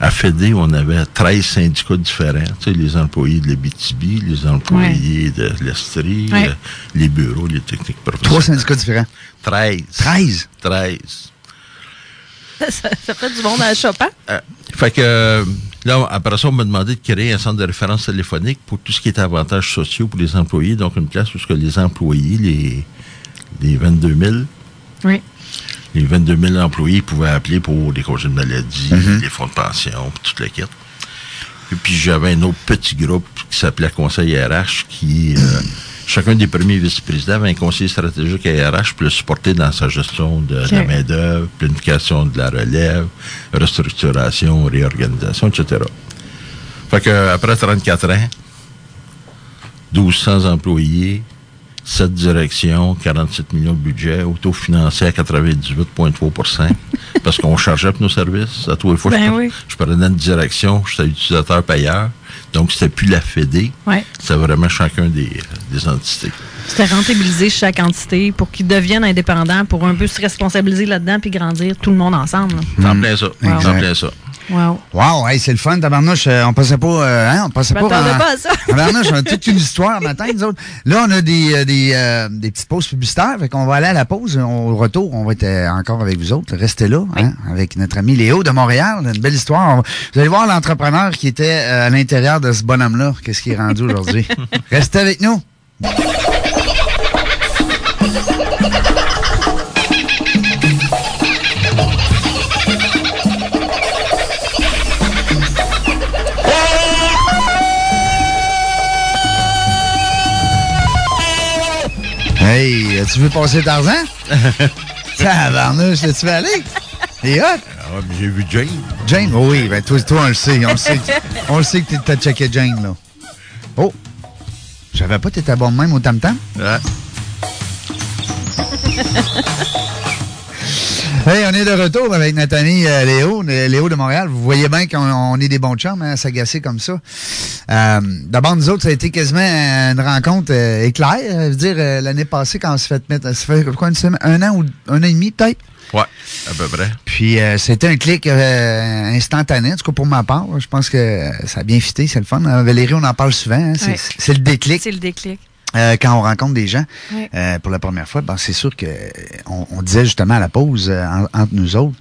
[SPEAKER 3] à FEDE, on avait 13 syndicats différents. Tu sais, les employés de l'Abitibi, les employés de l'Estrie,
[SPEAKER 2] Ouais.
[SPEAKER 3] euh, les bureaux, les techniques
[SPEAKER 1] Trois
[SPEAKER 3] professionnelles.
[SPEAKER 1] syndicats différents.
[SPEAKER 3] 13.
[SPEAKER 1] 13?
[SPEAKER 3] 13.
[SPEAKER 2] Ça, ça fait du monde à la Chopin.
[SPEAKER 3] Euh, fait que euh, là, après ça, on m'a demandé de créer un centre de référence téléphonique pour tout ce qui est avantages sociaux pour les employés, donc une place où ce que les employés, les, les 22 000,
[SPEAKER 2] Oui.
[SPEAKER 3] les 22 000 employés pouvaient appeler pour les congés de maladie, les fonds de pension, puis toute la quête. Et puis j'avais un autre petit groupe qui s'appelait Conseil RH qui, euh, chacun des premiers vice-présidents avait un conseiller stratégique à RH pour le supporter dans sa gestion de, de la
[SPEAKER 2] Ok.
[SPEAKER 3] main-d'œuvre, planification de la relève, restructuration, réorganisation, etc. Fait que après 34 ans, 1200 employés, 7 directions, 47 millions de budget, autofinancé à 98,3 parce qu'on chargeait pour nos services. À tous les fois, je,
[SPEAKER 2] Ben
[SPEAKER 3] pre-
[SPEAKER 2] oui.
[SPEAKER 3] je prenais une direction, j'étais utilisateur-payeur, donc c'était plus la Fédé,
[SPEAKER 2] Ouais.
[SPEAKER 3] c'était vraiment chacun des, des entités.
[SPEAKER 2] C'était rentabiliser chaque entité pour qu'ils deviennent indépendants, pour un peu se responsabiliser là-dedans puis grandir tout le monde ensemble. là.
[SPEAKER 3] T'en plein ça,
[SPEAKER 1] Wow.
[SPEAKER 3] t'en plein ça.
[SPEAKER 2] Wow.
[SPEAKER 1] Wow, hey, c'est le fun, tabarnouche. Euh, On passait pas, euh, hein, on passait
[SPEAKER 5] Je
[SPEAKER 1] pas.
[SPEAKER 5] m'attendais
[SPEAKER 1] en-
[SPEAKER 5] pas à ça.
[SPEAKER 1] Tabarnouche, on a toute une histoire matin, nous autres. Là, on a des, euh, des, euh, des petites pauses publicitaires, fait qu'on va aller à la pause. On, au retour, on va être euh, encore avec vous autres. Restez là, hein, avec notre ami Léo de Montréal. Une belle histoire. On va- vous allez voir l'entrepreneur qui était euh, à l'intérieur de ce bonhomme-là, qu'est-ce qui est rendu aujourd'hui. Restez avec nous. Hey, tu veux passer Tarzan? Tabarnouche, là, tu veux aller? Et hop!
[SPEAKER 3] Ah, mais j'ai vu Jane.
[SPEAKER 1] Jane? Oh oui, ben toi, toi, on le sait. On le sait, que- on le sait que t'es- t'as checké Jane, là. Oh! Je savais pas que t'étais bon de même au
[SPEAKER 3] Hein?
[SPEAKER 1] tam-tam.
[SPEAKER 3] Ah,
[SPEAKER 1] Hey, on est de retour avec notre ami euh, Léo, euh, Léo de Montréal. Vous voyez bien qu'on on est des bons chums hein, à s'agacer comme ça. Euh, D'abord, nous autres, ça a été quasiment une rencontre euh, éclair. Je veux dire, euh, l'année passée, quand on s'est fait mettre, ça fait quoi, une semaine, un an ou un an et demi peut-être?
[SPEAKER 3] Ouais, à peu près.
[SPEAKER 1] Puis euh, c'était un clic euh, instantané, en tout cas pour ma part. Je pense que euh, ça a bien fité, c'est le fun. Euh, Valérie, on en parle souvent. hein, c'est
[SPEAKER 2] Ouais.
[SPEAKER 1] c'est le déclic
[SPEAKER 2] C'est le déclic.
[SPEAKER 1] euh, quand on rencontre des gens
[SPEAKER 2] Ouais.
[SPEAKER 1] euh, pour la première fois. Ben, c'est sûr que euh, on, on disait justement à la pause euh, en- entre nous autres,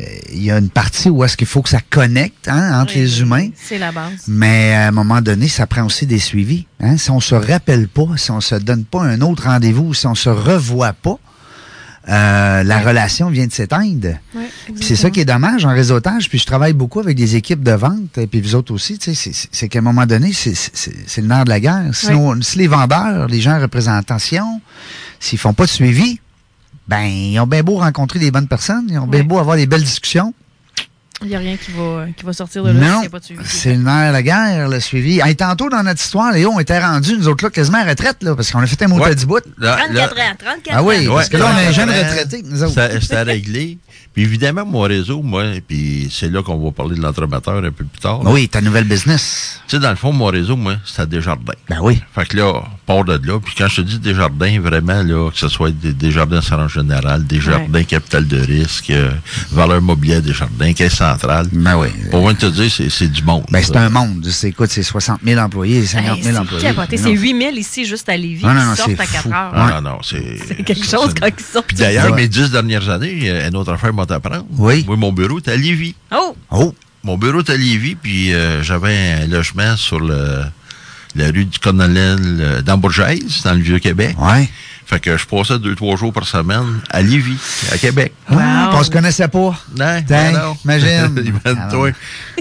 [SPEAKER 1] euh, il y a une partie où est-ce qu'il faut que ça connecte hein, entre
[SPEAKER 2] Oui.
[SPEAKER 1] les humains.
[SPEAKER 2] C'est la base.
[SPEAKER 1] Mais à un moment donné, ça prend aussi des suivis. Hein? Si on se rappelle pas, si on se donne pas un autre rendez-vous, si on se revoit pas, euh, la relation vient de s'éteindre.
[SPEAKER 2] Ouais,
[SPEAKER 1] Puis c'est ça qui est dommage en réseautage. Puis je travaille beaucoup avec des équipes de vente, et puis vous autres aussi. tu sais, C'est c'est- c'est qu'à un moment donné, c'est- c'est c'est le nerf de la guerre. Sinon, si les vendeurs, les gens en représentation, s'ils font pas de suivi, ben ils ont bien beau rencontrer des bonnes personnes, ils ont bien
[SPEAKER 2] Ouais.
[SPEAKER 1] beau avoir des belles discussions.
[SPEAKER 2] Il n'y a rien qui va, qui va sortir de là s'il
[SPEAKER 1] Non,
[SPEAKER 2] n'y a pas de suivi.
[SPEAKER 1] c'est le nerf de la guerre, le suivi. Hey, tantôt dans notre histoire, Léo, on était rendus, nous autres là, quasiment à retraite, là, parce qu'on a fait un mot
[SPEAKER 3] Ouais.
[SPEAKER 1] du bout.
[SPEAKER 3] Là-
[SPEAKER 4] 34 ans, 34
[SPEAKER 1] Ah oui,
[SPEAKER 4] ans.
[SPEAKER 1] parce que là, on est
[SPEAKER 3] Ouais.
[SPEAKER 1] jeunes retraités, nous autres.
[SPEAKER 3] Ça- C'était réglé. Puis évidemment, mon réseau, moi, puis c'est là qu'on va parler de l'entremetteur un peu plus tard. là.
[SPEAKER 1] Oui, ta nouvelle business.
[SPEAKER 3] Tu sais, dans le fond, mon réseau, moi, c'était Desjardins.
[SPEAKER 1] Ben oui.
[SPEAKER 3] Fait que là, on part de là. Puis quand je te dis Desjardins, vraiment, là, que ce soit des, Desjardins Salon Général, Desjardins Capital de Risque, euh, Valeur Mobilière Desjardins, Caisse Centrale.
[SPEAKER 1] Ben oui.
[SPEAKER 3] Pour moi, te dire, c'est c'est du monde.
[SPEAKER 1] Ben, c'est
[SPEAKER 3] ça.
[SPEAKER 1] un monde. C'est, écoute, c'est 60 000 employés,
[SPEAKER 2] Hey,
[SPEAKER 1] 50 000
[SPEAKER 2] C'est
[SPEAKER 1] employés.
[SPEAKER 2] capoté.
[SPEAKER 1] Non.
[SPEAKER 2] C'est 8 000 ici, juste à Lévis,
[SPEAKER 1] Non, non, non,
[SPEAKER 2] qui sortent
[SPEAKER 1] c'est
[SPEAKER 2] à 4
[SPEAKER 1] fou.
[SPEAKER 2] heures.
[SPEAKER 3] Ah,
[SPEAKER 1] Ouais.
[SPEAKER 3] non, non, c'est...
[SPEAKER 2] C'est quelque
[SPEAKER 3] ça,
[SPEAKER 2] chose
[SPEAKER 3] c'est-
[SPEAKER 2] quand ils sortent.
[SPEAKER 3] Puis d'ailleurs,
[SPEAKER 1] Ouais.
[SPEAKER 3] mes dix dernières années, euh, une autre affaire m'a t'apprendre.
[SPEAKER 1] Oui.
[SPEAKER 3] Moi, mon bureau était à Lévis.
[SPEAKER 2] Oh!
[SPEAKER 1] Oh,
[SPEAKER 3] Mon bureau était à Lévis, puis euh, j'avais un logement sur le, la rue du Colonel euh, dans Bourgeaise, dans le Vieux-Québec.
[SPEAKER 1] ouais.
[SPEAKER 3] Fait que je passais deux, trois jours par semaine à Lévis, à Québec.
[SPEAKER 1] Ah, puis on se connaissait pas.
[SPEAKER 3] Non,
[SPEAKER 1] Dang,
[SPEAKER 3] non.
[SPEAKER 1] imagine.
[SPEAKER 3] Imagine-toi.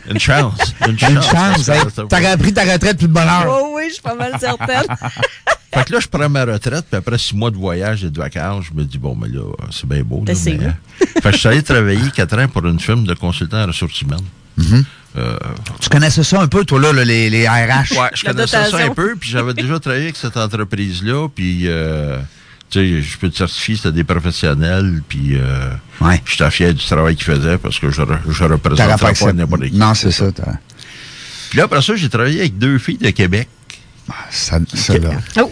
[SPEAKER 3] Une chance. Une chance.
[SPEAKER 1] Une chance, hey. T'aurais pris ta retraite plus de bonheur.
[SPEAKER 5] Oh oui, je suis pas mal certaine.
[SPEAKER 3] Fait que là, je prends ma retraite, puis après six mois de voyage et de vacances, je me dis, bon, mais là, c'est bien beau. là,
[SPEAKER 2] T'essayes.
[SPEAKER 3] mais, hein. fait que je suis allé travailler quatre ans pour une firme de consultant en ressources humaines.
[SPEAKER 1] Mm-hmm.
[SPEAKER 3] Euh,
[SPEAKER 1] Tu connaissais ça un peu, toi, là, là, les, les RH.
[SPEAKER 3] ouais, je
[SPEAKER 5] La
[SPEAKER 3] connaissais ça un
[SPEAKER 5] dotation.
[SPEAKER 3] peu, puis j'avais déjà travaillé avec cette entreprise-là, puis, euh, tu sais, je peux te certifier, c'était des professionnels, puis euh,
[SPEAKER 1] Ouais.
[SPEAKER 3] j'étais fier du travail qu'ils faisaient parce que je, re- je
[SPEAKER 1] T'aurais
[SPEAKER 3] représentais
[SPEAKER 1] pas
[SPEAKER 3] pas
[SPEAKER 1] accepté.
[SPEAKER 3] n'importe qui.
[SPEAKER 1] Non, c'est ça. t'aurais-
[SPEAKER 3] Puis là, après ça, j'ai travaillé avec deux filles de Québec.
[SPEAKER 1] Ah, Ça, ça, là.
[SPEAKER 3] Ben,
[SPEAKER 2] Oh!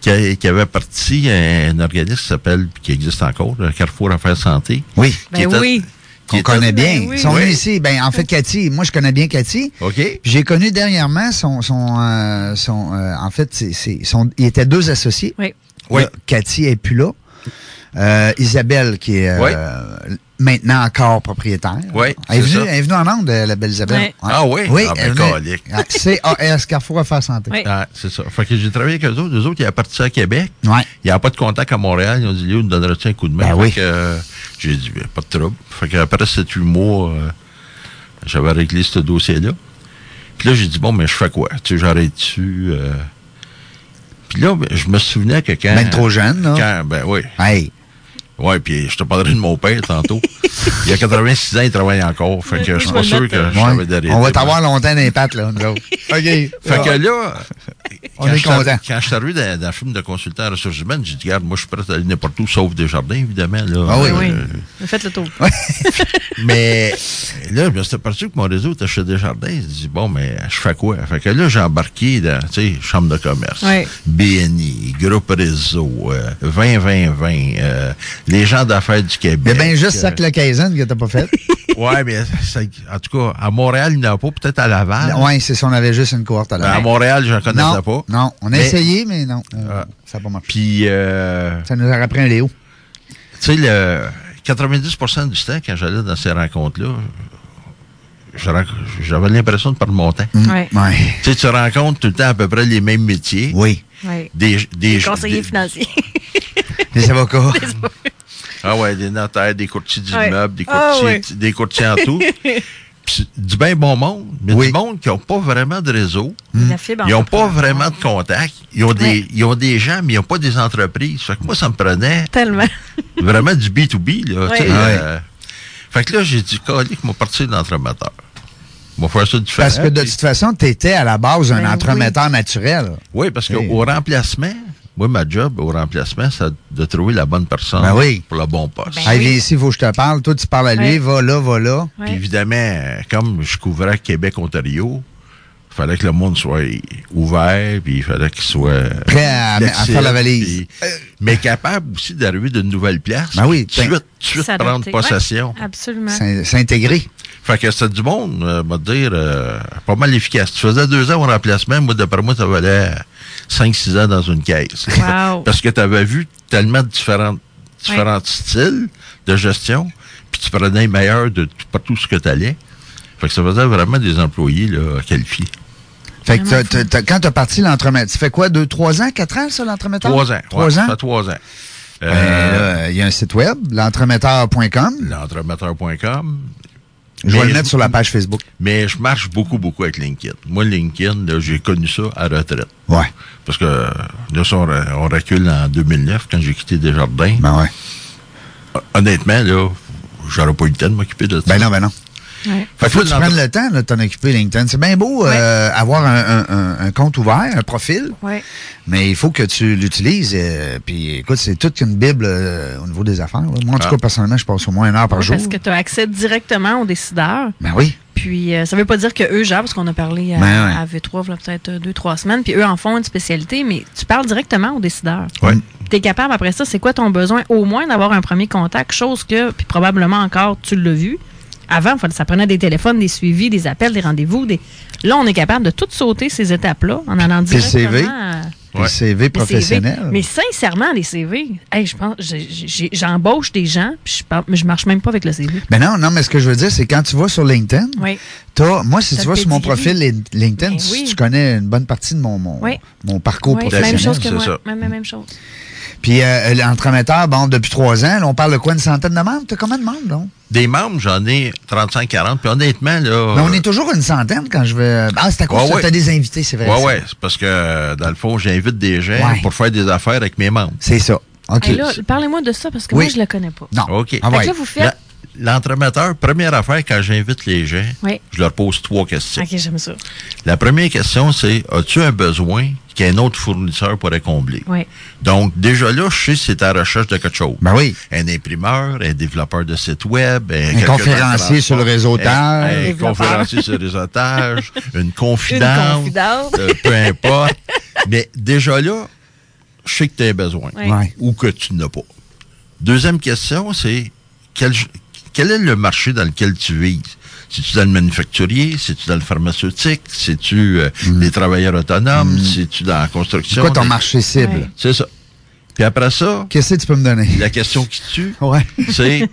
[SPEAKER 3] qui, qui avait parti un, un organisme qui s'appelle, puis qui existe encore, le Carrefour Affaires Santé.
[SPEAKER 1] Oui.
[SPEAKER 3] qui
[SPEAKER 2] Ben
[SPEAKER 3] était-
[SPEAKER 2] oui!
[SPEAKER 3] qui
[SPEAKER 1] Qu'on
[SPEAKER 3] était-
[SPEAKER 1] connaît bien.
[SPEAKER 5] oui.
[SPEAKER 1] Ils sont venus
[SPEAKER 3] Oui.
[SPEAKER 1] ici. Ben, en fait, Cathy, moi, je connais bien Cathy.
[SPEAKER 3] OK?
[SPEAKER 1] J'ai connu dernièrement son. son, euh, son euh, en fait, c'est, c'est- son, il était deux associés.
[SPEAKER 2] Oui.
[SPEAKER 3] Oui.
[SPEAKER 1] Là, Cathy est plus là. Euh, Isabelle, qui est euh, maintenant encore propriétaire.
[SPEAKER 3] Oui,
[SPEAKER 1] Elle est,
[SPEAKER 3] c'est
[SPEAKER 1] venue,
[SPEAKER 3] ça.
[SPEAKER 1] elle est venue en Inde, la belle Isabelle.
[SPEAKER 2] Oui.
[SPEAKER 1] Ouais.
[SPEAKER 3] Ah oui?
[SPEAKER 1] Oui,
[SPEAKER 3] Ah, ben,
[SPEAKER 1] elle est venue.
[SPEAKER 3] calique.
[SPEAKER 1] Ah, CAS, Carrefour Affaires Santé.
[SPEAKER 2] Oui.
[SPEAKER 3] Ah, c'est ça. Fait que j'ai travaillé avec eux autres. Eux autres, ils appartiennent à Québec.
[SPEAKER 1] Ouais.
[SPEAKER 3] Il n'y a pas de contact à Montréal. Ils ont dit, Léo, nous donnerais-tu un coup de main?
[SPEAKER 1] Ben
[SPEAKER 3] Fait
[SPEAKER 1] oui.
[SPEAKER 3] que, euh, j'ai dit, Ben, pas de trouble. Fait qu'après 7-8 mois, euh, j'avais réglé ce dossier-là. Puis là, j'ai dit, bon, mais je fais quoi? Tu sais, j'arrête-tu? euh? Puis là, ben, je me souvenais que quand...
[SPEAKER 1] Ben trop jeune, là.
[SPEAKER 3] Quand, ben oui.
[SPEAKER 1] Hey.
[SPEAKER 3] Oui, puis je te parlerai de mon père tantôt. il a 86 ans, il travaille encore. Fait que je suis pas sûr que je
[SPEAKER 1] euh, Ouais.
[SPEAKER 3] savais d'arrêter.
[SPEAKER 1] On va t'avoir Ah. longtemps dans les pattes, là, nous autres. OK.
[SPEAKER 3] Fait que là,
[SPEAKER 1] On
[SPEAKER 3] quand
[SPEAKER 1] est
[SPEAKER 3] je suis arri-
[SPEAKER 1] content.
[SPEAKER 3] Quand je suis arrivé dans, dans le film de consultant à ressources humaines, j'ai dit, regarde, moi, je suis prêt à aller n'importe où, sauf des jardins, évidemment. Là.
[SPEAKER 1] Ah oui.
[SPEAKER 2] Oui.
[SPEAKER 3] Euh,
[SPEAKER 2] Faites le tour.
[SPEAKER 3] Mais là, ben, c'était parti que mon réseau était chez Desjardins. Je dis, bon, mais je fais quoi? Fait que là, j'ai embarqué dans, tu sais, Chambre de commerce,
[SPEAKER 2] Ouais.
[SPEAKER 3] BNI, Groupe Réseau, euh, 20-20-20, euh, les gens d'affaires du Québec.
[SPEAKER 1] Mais ben juste
[SPEAKER 3] Euh,
[SPEAKER 1] ça que le Kaizen que t'as pas fait.
[SPEAKER 3] Oui, mais ça- en tout cas, à Montréal, il n'y en a pas, peut-être à Laval.
[SPEAKER 1] oui, c'est ça, on avait juste une cohorte à
[SPEAKER 3] Ah. Ben,
[SPEAKER 1] la
[SPEAKER 3] à Montréal, je ne connaissais
[SPEAKER 1] non,
[SPEAKER 3] pas.
[SPEAKER 1] non, on a
[SPEAKER 3] Mais- Ah.
[SPEAKER 1] essayé, mais non, euh, ça n'a pas marché.
[SPEAKER 3] Puis, euh,
[SPEAKER 1] Ça nous aurait pris un Léo.
[SPEAKER 3] tu sais, le 90 du temps, quand j'allais dans ces rencontres-là, je ren- j'avais l'impression de perdre mon temps.
[SPEAKER 1] Mm,
[SPEAKER 2] Ouais.
[SPEAKER 1] ouais.
[SPEAKER 3] Tu sais, tu rencontres tout le temps à peu près les mêmes métiers.
[SPEAKER 1] Oui.
[SPEAKER 2] Oui.
[SPEAKER 3] Des, des,
[SPEAKER 4] Conseiller
[SPEAKER 3] des-
[SPEAKER 4] financier.
[SPEAKER 1] Les avocats.
[SPEAKER 3] Ah ouais, des notaires, des courtiers
[SPEAKER 2] Ouais.
[SPEAKER 3] d'immeubles, des
[SPEAKER 5] Ah
[SPEAKER 3] courtiers,
[SPEAKER 5] ouais.
[SPEAKER 3] des courtiers en tout. Puis, du bien bon monde, mais
[SPEAKER 1] Oui.
[SPEAKER 3] du monde qui n'ont pas vraiment de réseau.
[SPEAKER 1] Hum.
[SPEAKER 2] La fibre
[SPEAKER 3] Ils n'ont pas
[SPEAKER 2] entrepreneur.
[SPEAKER 3] vraiment de contact. Ils ont, des, ils ont des gens, mais ils n'ont pas des entreprises. Fait que moi, ça me prenait
[SPEAKER 2] Tellement.
[SPEAKER 3] vraiment du B2B. Là,
[SPEAKER 2] Ouais.
[SPEAKER 3] tu sais,
[SPEAKER 1] Ah Ouais.
[SPEAKER 3] euh, fait que là, j'ai dit, Calique, m'a parti de l'entremetteur. On va faire ça différent.
[SPEAKER 1] Parce que de
[SPEAKER 3] Puis-
[SPEAKER 1] toute façon, tu étais à la base un
[SPEAKER 2] Ben oui.
[SPEAKER 1] entremetteur naturel.
[SPEAKER 3] Oui, parce
[SPEAKER 1] Oui.
[SPEAKER 3] qu'au remplacement, Moi, ma job au remplacement, c'est de trouver la bonne personne
[SPEAKER 1] Ben oui.
[SPEAKER 3] pour le bon poste.
[SPEAKER 1] Hey, viens ici, il faut que je te parle. Toi, tu parles à lui,
[SPEAKER 2] Ouais.
[SPEAKER 1] va là, va là.
[SPEAKER 2] Ouais.
[SPEAKER 3] Puis évidemment, euh, comme je couvrais Québec-Ontario, il fallait que le monde soit ouvert, puis il fallait qu'il soit... euh,
[SPEAKER 1] Prêt à- à
[SPEAKER 3] flexible,
[SPEAKER 1] faire la valise.
[SPEAKER 3] puis- mais capable aussi d'arriver d'une nouvelle place.
[SPEAKER 1] Ben oui,
[SPEAKER 3] puis de
[SPEAKER 1] ben-
[SPEAKER 3] suite, de suite
[SPEAKER 2] S'adapter.
[SPEAKER 3] prendre possession.
[SPEAKER 2] Ouais, absolument.
[SPEAKER 1] S'in- S'intégrer.
[SPEAKER 3] Fait que c'est du monde, euh, m'a dire, euh, pas mal efficace. Tu faisais deux ans au remplacement, moi, d'après moi, ça valait 5-6 ans dans une caisse.
[SPEAKER 2] Wow.
[SPEAKER 3] Parce que tu avais vu tellement de différentes, différents styles de gestion, puis tu prenais les meilleurs de tout- partout ce que tu allais. Fait que ça faisait vraiment des employés là, qualifiés.
[SPEAKER 1] Fait que t'as- t'as- t'as- quand tu as parti l'entremetteur, tu fais quoi, deux, trois ans, quatre ans, ça, l'entremetteur?
[SPEAKER 3] Trois ans.
[SPEAKER 1] Trois
[SPEAKER 3] ouais,
[SPEAKER 1] ans?
[SPEAKER 3] Ça fait trois ans.
[SPEAKER 1] Ben,
[SPEAKER 3] Euh,
[SPEAKER 1] là, Il y a un site web, l'entremetteur.com.
[SPEAKER 3] L'entremetteur.com.
[SPEAKER 1] Je vais
[SPEAKER 3] Mais-
[SPEAKER 1] le mettre sur la page Facebook.
[SPEAKER 3] Mais je marche beaucoup, beaucoup avec LinkedIn. Moi, LinkedIn, là, j'ai connu ça à retraite.
[SPEAKER 1] Ouais.
[SPEAKER 3] Parce que là, si on, re- on recule en 2009, quand j'ai quitté Desjardins,
[SPEAKER 1] Ben ouais.
[SPEAKER 3] honnêtement, là, j'aurais pas eu le temps de m'occuper de ça.
[SPEAKER 1] Ben non, ben non.
[SPEAKER 2] Ouais.
[SPEAKER 1] Fait que faut que tu
[SPEAKER 3] L'entre-
[SPEAKER 1] prennes le temps de t'en occuper LinkedIn. C'est bien beau euh, avoir un, un- un- un compte ouvert, un profil,
[SPEAKER 2] Ouais.
[SPEAKER 1] mais il faut que tu l'utilises. euh, puis écoute, c'est toute une bible euh, au niveau des affaires. là. Moi, en tout
[SPEAKER 3] Ah.
[SPEAKER 1] cas, personnellement, je passe au moins une heure par jour.
[SPEAKER 2] Parce que tu as accès directement aux décideurs.
[SPEAKER 1] Ben oui.
[SPEAKER 2] Puis euh, ça veut pas dire que eux gèrent, parce qu'on a parlé à,
[SPEAKER 1] Ben ouais.
[SPEAKER 2] à V3 voilà, peut-être euh, deux, trois semaines, puis eux en font une spécialité, mais tu parles directement aux décideurs.
[SPEAKER 3] Ouais.
[SPEAKER 2] Tu es capable après ça, c'est quoi ton besoin au moins d'avoir un premier contact, chose que, puis probablement encore, tu l'as vu. Avant, fallait- ça prenait des téléphones, des suivis, des appels, des rendez-vous. Des... Là, on est capable de tout sauter ces étapes-là en allant
[SPEAKER 1] Puis le CV.
[SPEAKER 2] directement à-
[SPEAKER 1] Le
[SPEAKER 3] Ouais.
[SPEAKER 1] CV
[SPEAKER 2] les CV.
[SPEAKER 1] professionnel.
[SPEAKER 2] Mais sincèrement, les CV, hey, je pense, j'ai- j'ai- j'embauche des gens, puis je, par- je marche même pas avec le CV.
[SPEAKER 1] Ben non, non, mais ce que je veux dire, c'est quand tu vas sur LinkedIn,
[SPEAKER 2] Oui.
[SPEAKER 1] t'as- moi, si
[SPEAKER 2] T'as
[SPEAKER 1] tu
[SPEAKER 2] le
[SPEAKER 1] vas sur mon
[SPEAKER 2] pedigree.
[SPEAKER 1] profil Lin- LinkedIn,
[SPEAKER 2] Ben
[SPEAKER 1] tu,
[SPEAKER 2] oui.
[SPEAKER 1] tu connais une bonne partie de mon, mon,
[SPEAKER 2] Oui.
[SPEAKER 1] mon parcours
[SPEAKER 2] Oui,
[SPEAKER 1] professionnel.
[SPEAKER 2] même chose que
[SPEAKER 3] c'est ça.
[SPEAKER 2] moi. Même, même, même chose.
[SPEAKER 1] Puis euh, l'entremetteur, bon, depuis trois ans, là, on parle de quoi, une centaine de membres? T'as combien de membres, donc?
[SPEAKER 3] Des membres, j'en ai 35-40. Puis honnêtement, là.
[SPEAKER 1] Mais Ben, on est toujours une centaine quand je vais. Ah, c'est à cause
[SPEAKER 3] Euh. Ouais,
[SPEAKER 1] que
[SPEAKER 3] ouais.
[SPEAKER 1] t'as des invités, c'est vrai.
[SPEAKER 3] Ouais,
[SPEAKER 1] ça.
[SPEAKER 3] ouais. C'est parce que, euh, dans le fond, j'invite des gens
[SPEAKER 1] Ouais.
[SPEAKER 3] pour faire des affaires avec mes membres.
[SPEAKER 1] C'est ça. OK.
[SPEAKER 2] Hey, là, parlez-moi de ça parce que
[SPEAKER 1] Oui.
[SPEAKER 2] moi, je le connais pas.
[SPEAKER 1] non.
[SPEAKER 3] OK.
[SPEAKER 1] Ah,
[SPEAKER 2] Fait que
[SPEAKER 1] ouais.
[SPEAKER 2] là, vous faites.
[SPEAKER 3] La- L'entremetteur, première affaire, quand j'invite les gens,
[SPEAKER 2] Oui.
[SPEAKER 3] je leur pose trois questions.
[SPEAKER 2] Ok, j'aime ça.
[SPEAKER 3] La première question, c'est as-tu un besoin qu'un autre fournisseur pourrait combler?
[SPEAKER 2] Oui.
[SPEAKER 3] Donc, déjà là, je sais si c'est à la recherche de quelque chose.
[SPEAKER 1] Ben oui.
[SPEAKER 3] Un imprimeur, un développeur de site web, un, quelqu'un
[SPEAKER 1] conférencier
[SPEAKER 3] dans
[SPEAKER 1] sur le
[SPEAKER 3] transport,
[SPEAKER 1] réseautage.
[SPEAKER 3] un- un
[SPEAKER 2] Développeur.
[SPEAKER 3] conférencier sur le réseautage, une confidente,
[SPEAKER 4] confidente.
[SPEAKER 3] euh, peu importe. Mais déjà là, je sais que tu as un besoin
[SPEAKER 2] Ouais.
[SPEAKER 1] Ouais.
[SPEAKER 3] ou que tu n'as pas. Deuxième question, c'est quel, quel est le marché dans lequel tu vises? C'est-tu dans le manufacturier? C'est-tu dans le pharmaceutique? C'est-tu euh, les travailleurs autonomes? C'est-tu dans la
[SPEAKER 1] Hmm. C'est
[SPEAKER 3] construction?
[SPEAKER 1] quoi ton
[SPEAKER 3] Des-
[SPEAKER 1] marché cible?
[SPEAKER 2] Ouais.
[SPEAKER 3] C'est ça. Puis après ça,
[SPEAKER 1] Qu'est-ce que tu peux me donner?
[SPEAKER 3] la question qui tue,
[SPEAKER 1] Ouais.
[SPEAKER 3] c'est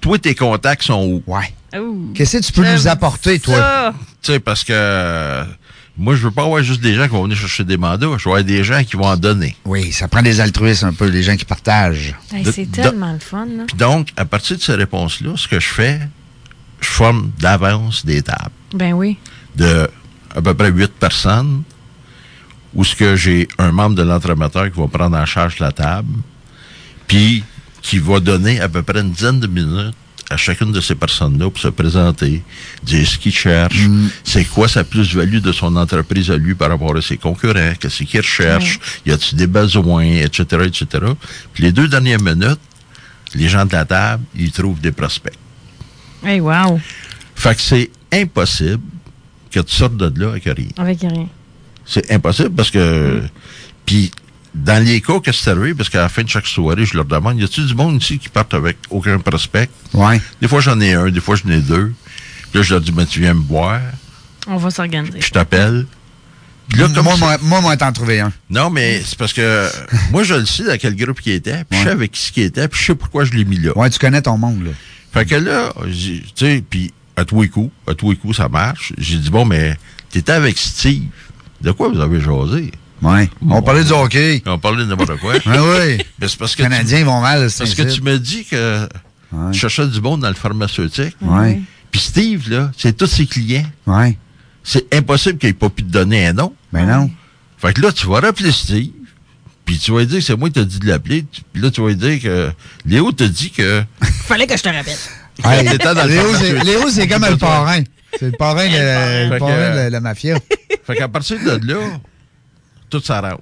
[SPEAKER 3] toi, tes contacts sont où?
[SPEAKER 1] Ouais.
[SPEAKER 2] Ouh.
[SPEAKER 1] Qu'est-ce que tu peux nous apporter, toi?
[SPEAKER 2] Ça.
[SPEAKER 3] Tu sais, parce que euh, moi, je veux pas avoir juste des gens qui vont venir chercher des mandats. Je veux avoir des gens qui vont en donner.
[SPEAKER 1] Oui, ça prend des altruistes un peu, des gens qui partagent.
[SPEAKER 2] Hey,
[SPEAKER 3] De-
[SPEAKER 2] c'est
[SPEAKER 3] de-
[SPEAKER 2] tellement le fun. Là.
[SPEAKER 3] Puis donc, à partir de ces réponses-là, ce que je fais, je forme d'avance des tables
[SPEAKER 2] Ben oui.
[SPEAKER 3] de à peu près huit personnes où ce que j'ai un membre de l'entremetteur qui va prendre en charge la table puis qui va donner à peu près une dizaine de minutes à chacune de ces personnes-là pour se présenter, dire ce qu'ils cherchent, c'est quoi sa plus-value de son entreprise à lui par rapport à ses concurrents, qu'est-ce qu'il recherche, y a-t-il des besoins, etc., etc. Puis les deux dernières minutes, les gens de la table, ils trouvent des prospects.
[SPEAKER 2] Hey, wow.
[SPEAKER 3] Fait que c'est impossible que tu sortes de là avec rien.
[SPEAKER 2] Avec rien.
[SPEAKER 3] C'est impossible parce que. Puis, dans les cas que c'est arrivé, parce qu'à la fin de chaque soirée, je leur demande y a-t-il du monde ici qui partent avec aucun prospect
[SPEAKER 1] Ouais.
[SPEAKER 3] Des fois, j'en ai un, des fois, j'en ai deux. Puis là, je leur dis ben, tu viens me boire,
[SPEAKER 2] On va s'organiser.
[SPEAKER 3] je t'appelle. Puis là, comme
[SPEAKER 1] moi,
[SPEAKER 3] ça-
[SPEAKER 1] moi, moi, moi, t'en trouver un.
[SPEAKER 3] Non, mais c'est parce que moi, je le sais dans quel groupe qui était, puis je sais avec qui ce qui était, puis je sais pourquoi je l'ai mis là.
[SPEAKER 1] Ouais, tu connais ton monde, là.
[SPEAKER 3] Fait que là, j'ai- tu sais, puis à tous les coups, à tous les coups, ça marche. J'ai dit, bon, mais t'étais avec Steve. De quoi vous avez jasé?
[SPEAKER 1] Ouais. On parlait du hockey.
[SPEAKER 3] On parlait de n'importe quoi.
[SPEAKER 1] Ouais, oui.
[SPEAKER 3] mais c'est parce que,
[SPEAKER 1] Les
[SPEAKER 3] tu,
[SPEAKER 1] Canadiens vont mal,
[SPEAKER 3] parce
[SPEAKER 1] c'est
[SPEAKER 3] que tu me dis que
[SPEAKER 1] Ouais.
[SPEAKER 3] tu cherchais du bon dans le pharmaceutique.
[SPEAKER 1] Ouais.
[SPEAKER 3] Puis Steve, là, c'est tous ses clients.
[SPEAKER 1] Ouais.
[SPEAKER 3] C'est impossible qu'il n'ait pas pu te donner un nom.
[SPEAKER 1] Ben non.
[SPEAKER 3] Fait que là, tu vas rappeler Steve, puis tu vas lui dire que c'est moi qui t'ai dit de l'appeler. tu- Puis là, tu vas lui dire que Léo t'a dit que
[SPEAKER 2] Fallait que je te rappelle.
[SPEAKER 1] Hey,
[SPEAKER 3] t'étais dans le
[SPEAKER 1] Léo, c'est-
[SPEAKER 3] pharmaceutique.
[SPEAKER 1] Léo, c'est comme le parrain. C'est le parrain de,
[SPEAKER 3] Fait
[SPEAKER 1] le
[SPEAKER 3] que-
[SPEAKER 1] parrain de la- la mafia.
[SPEAKER 3] Fait qu'à partir de là, tout s'arrange.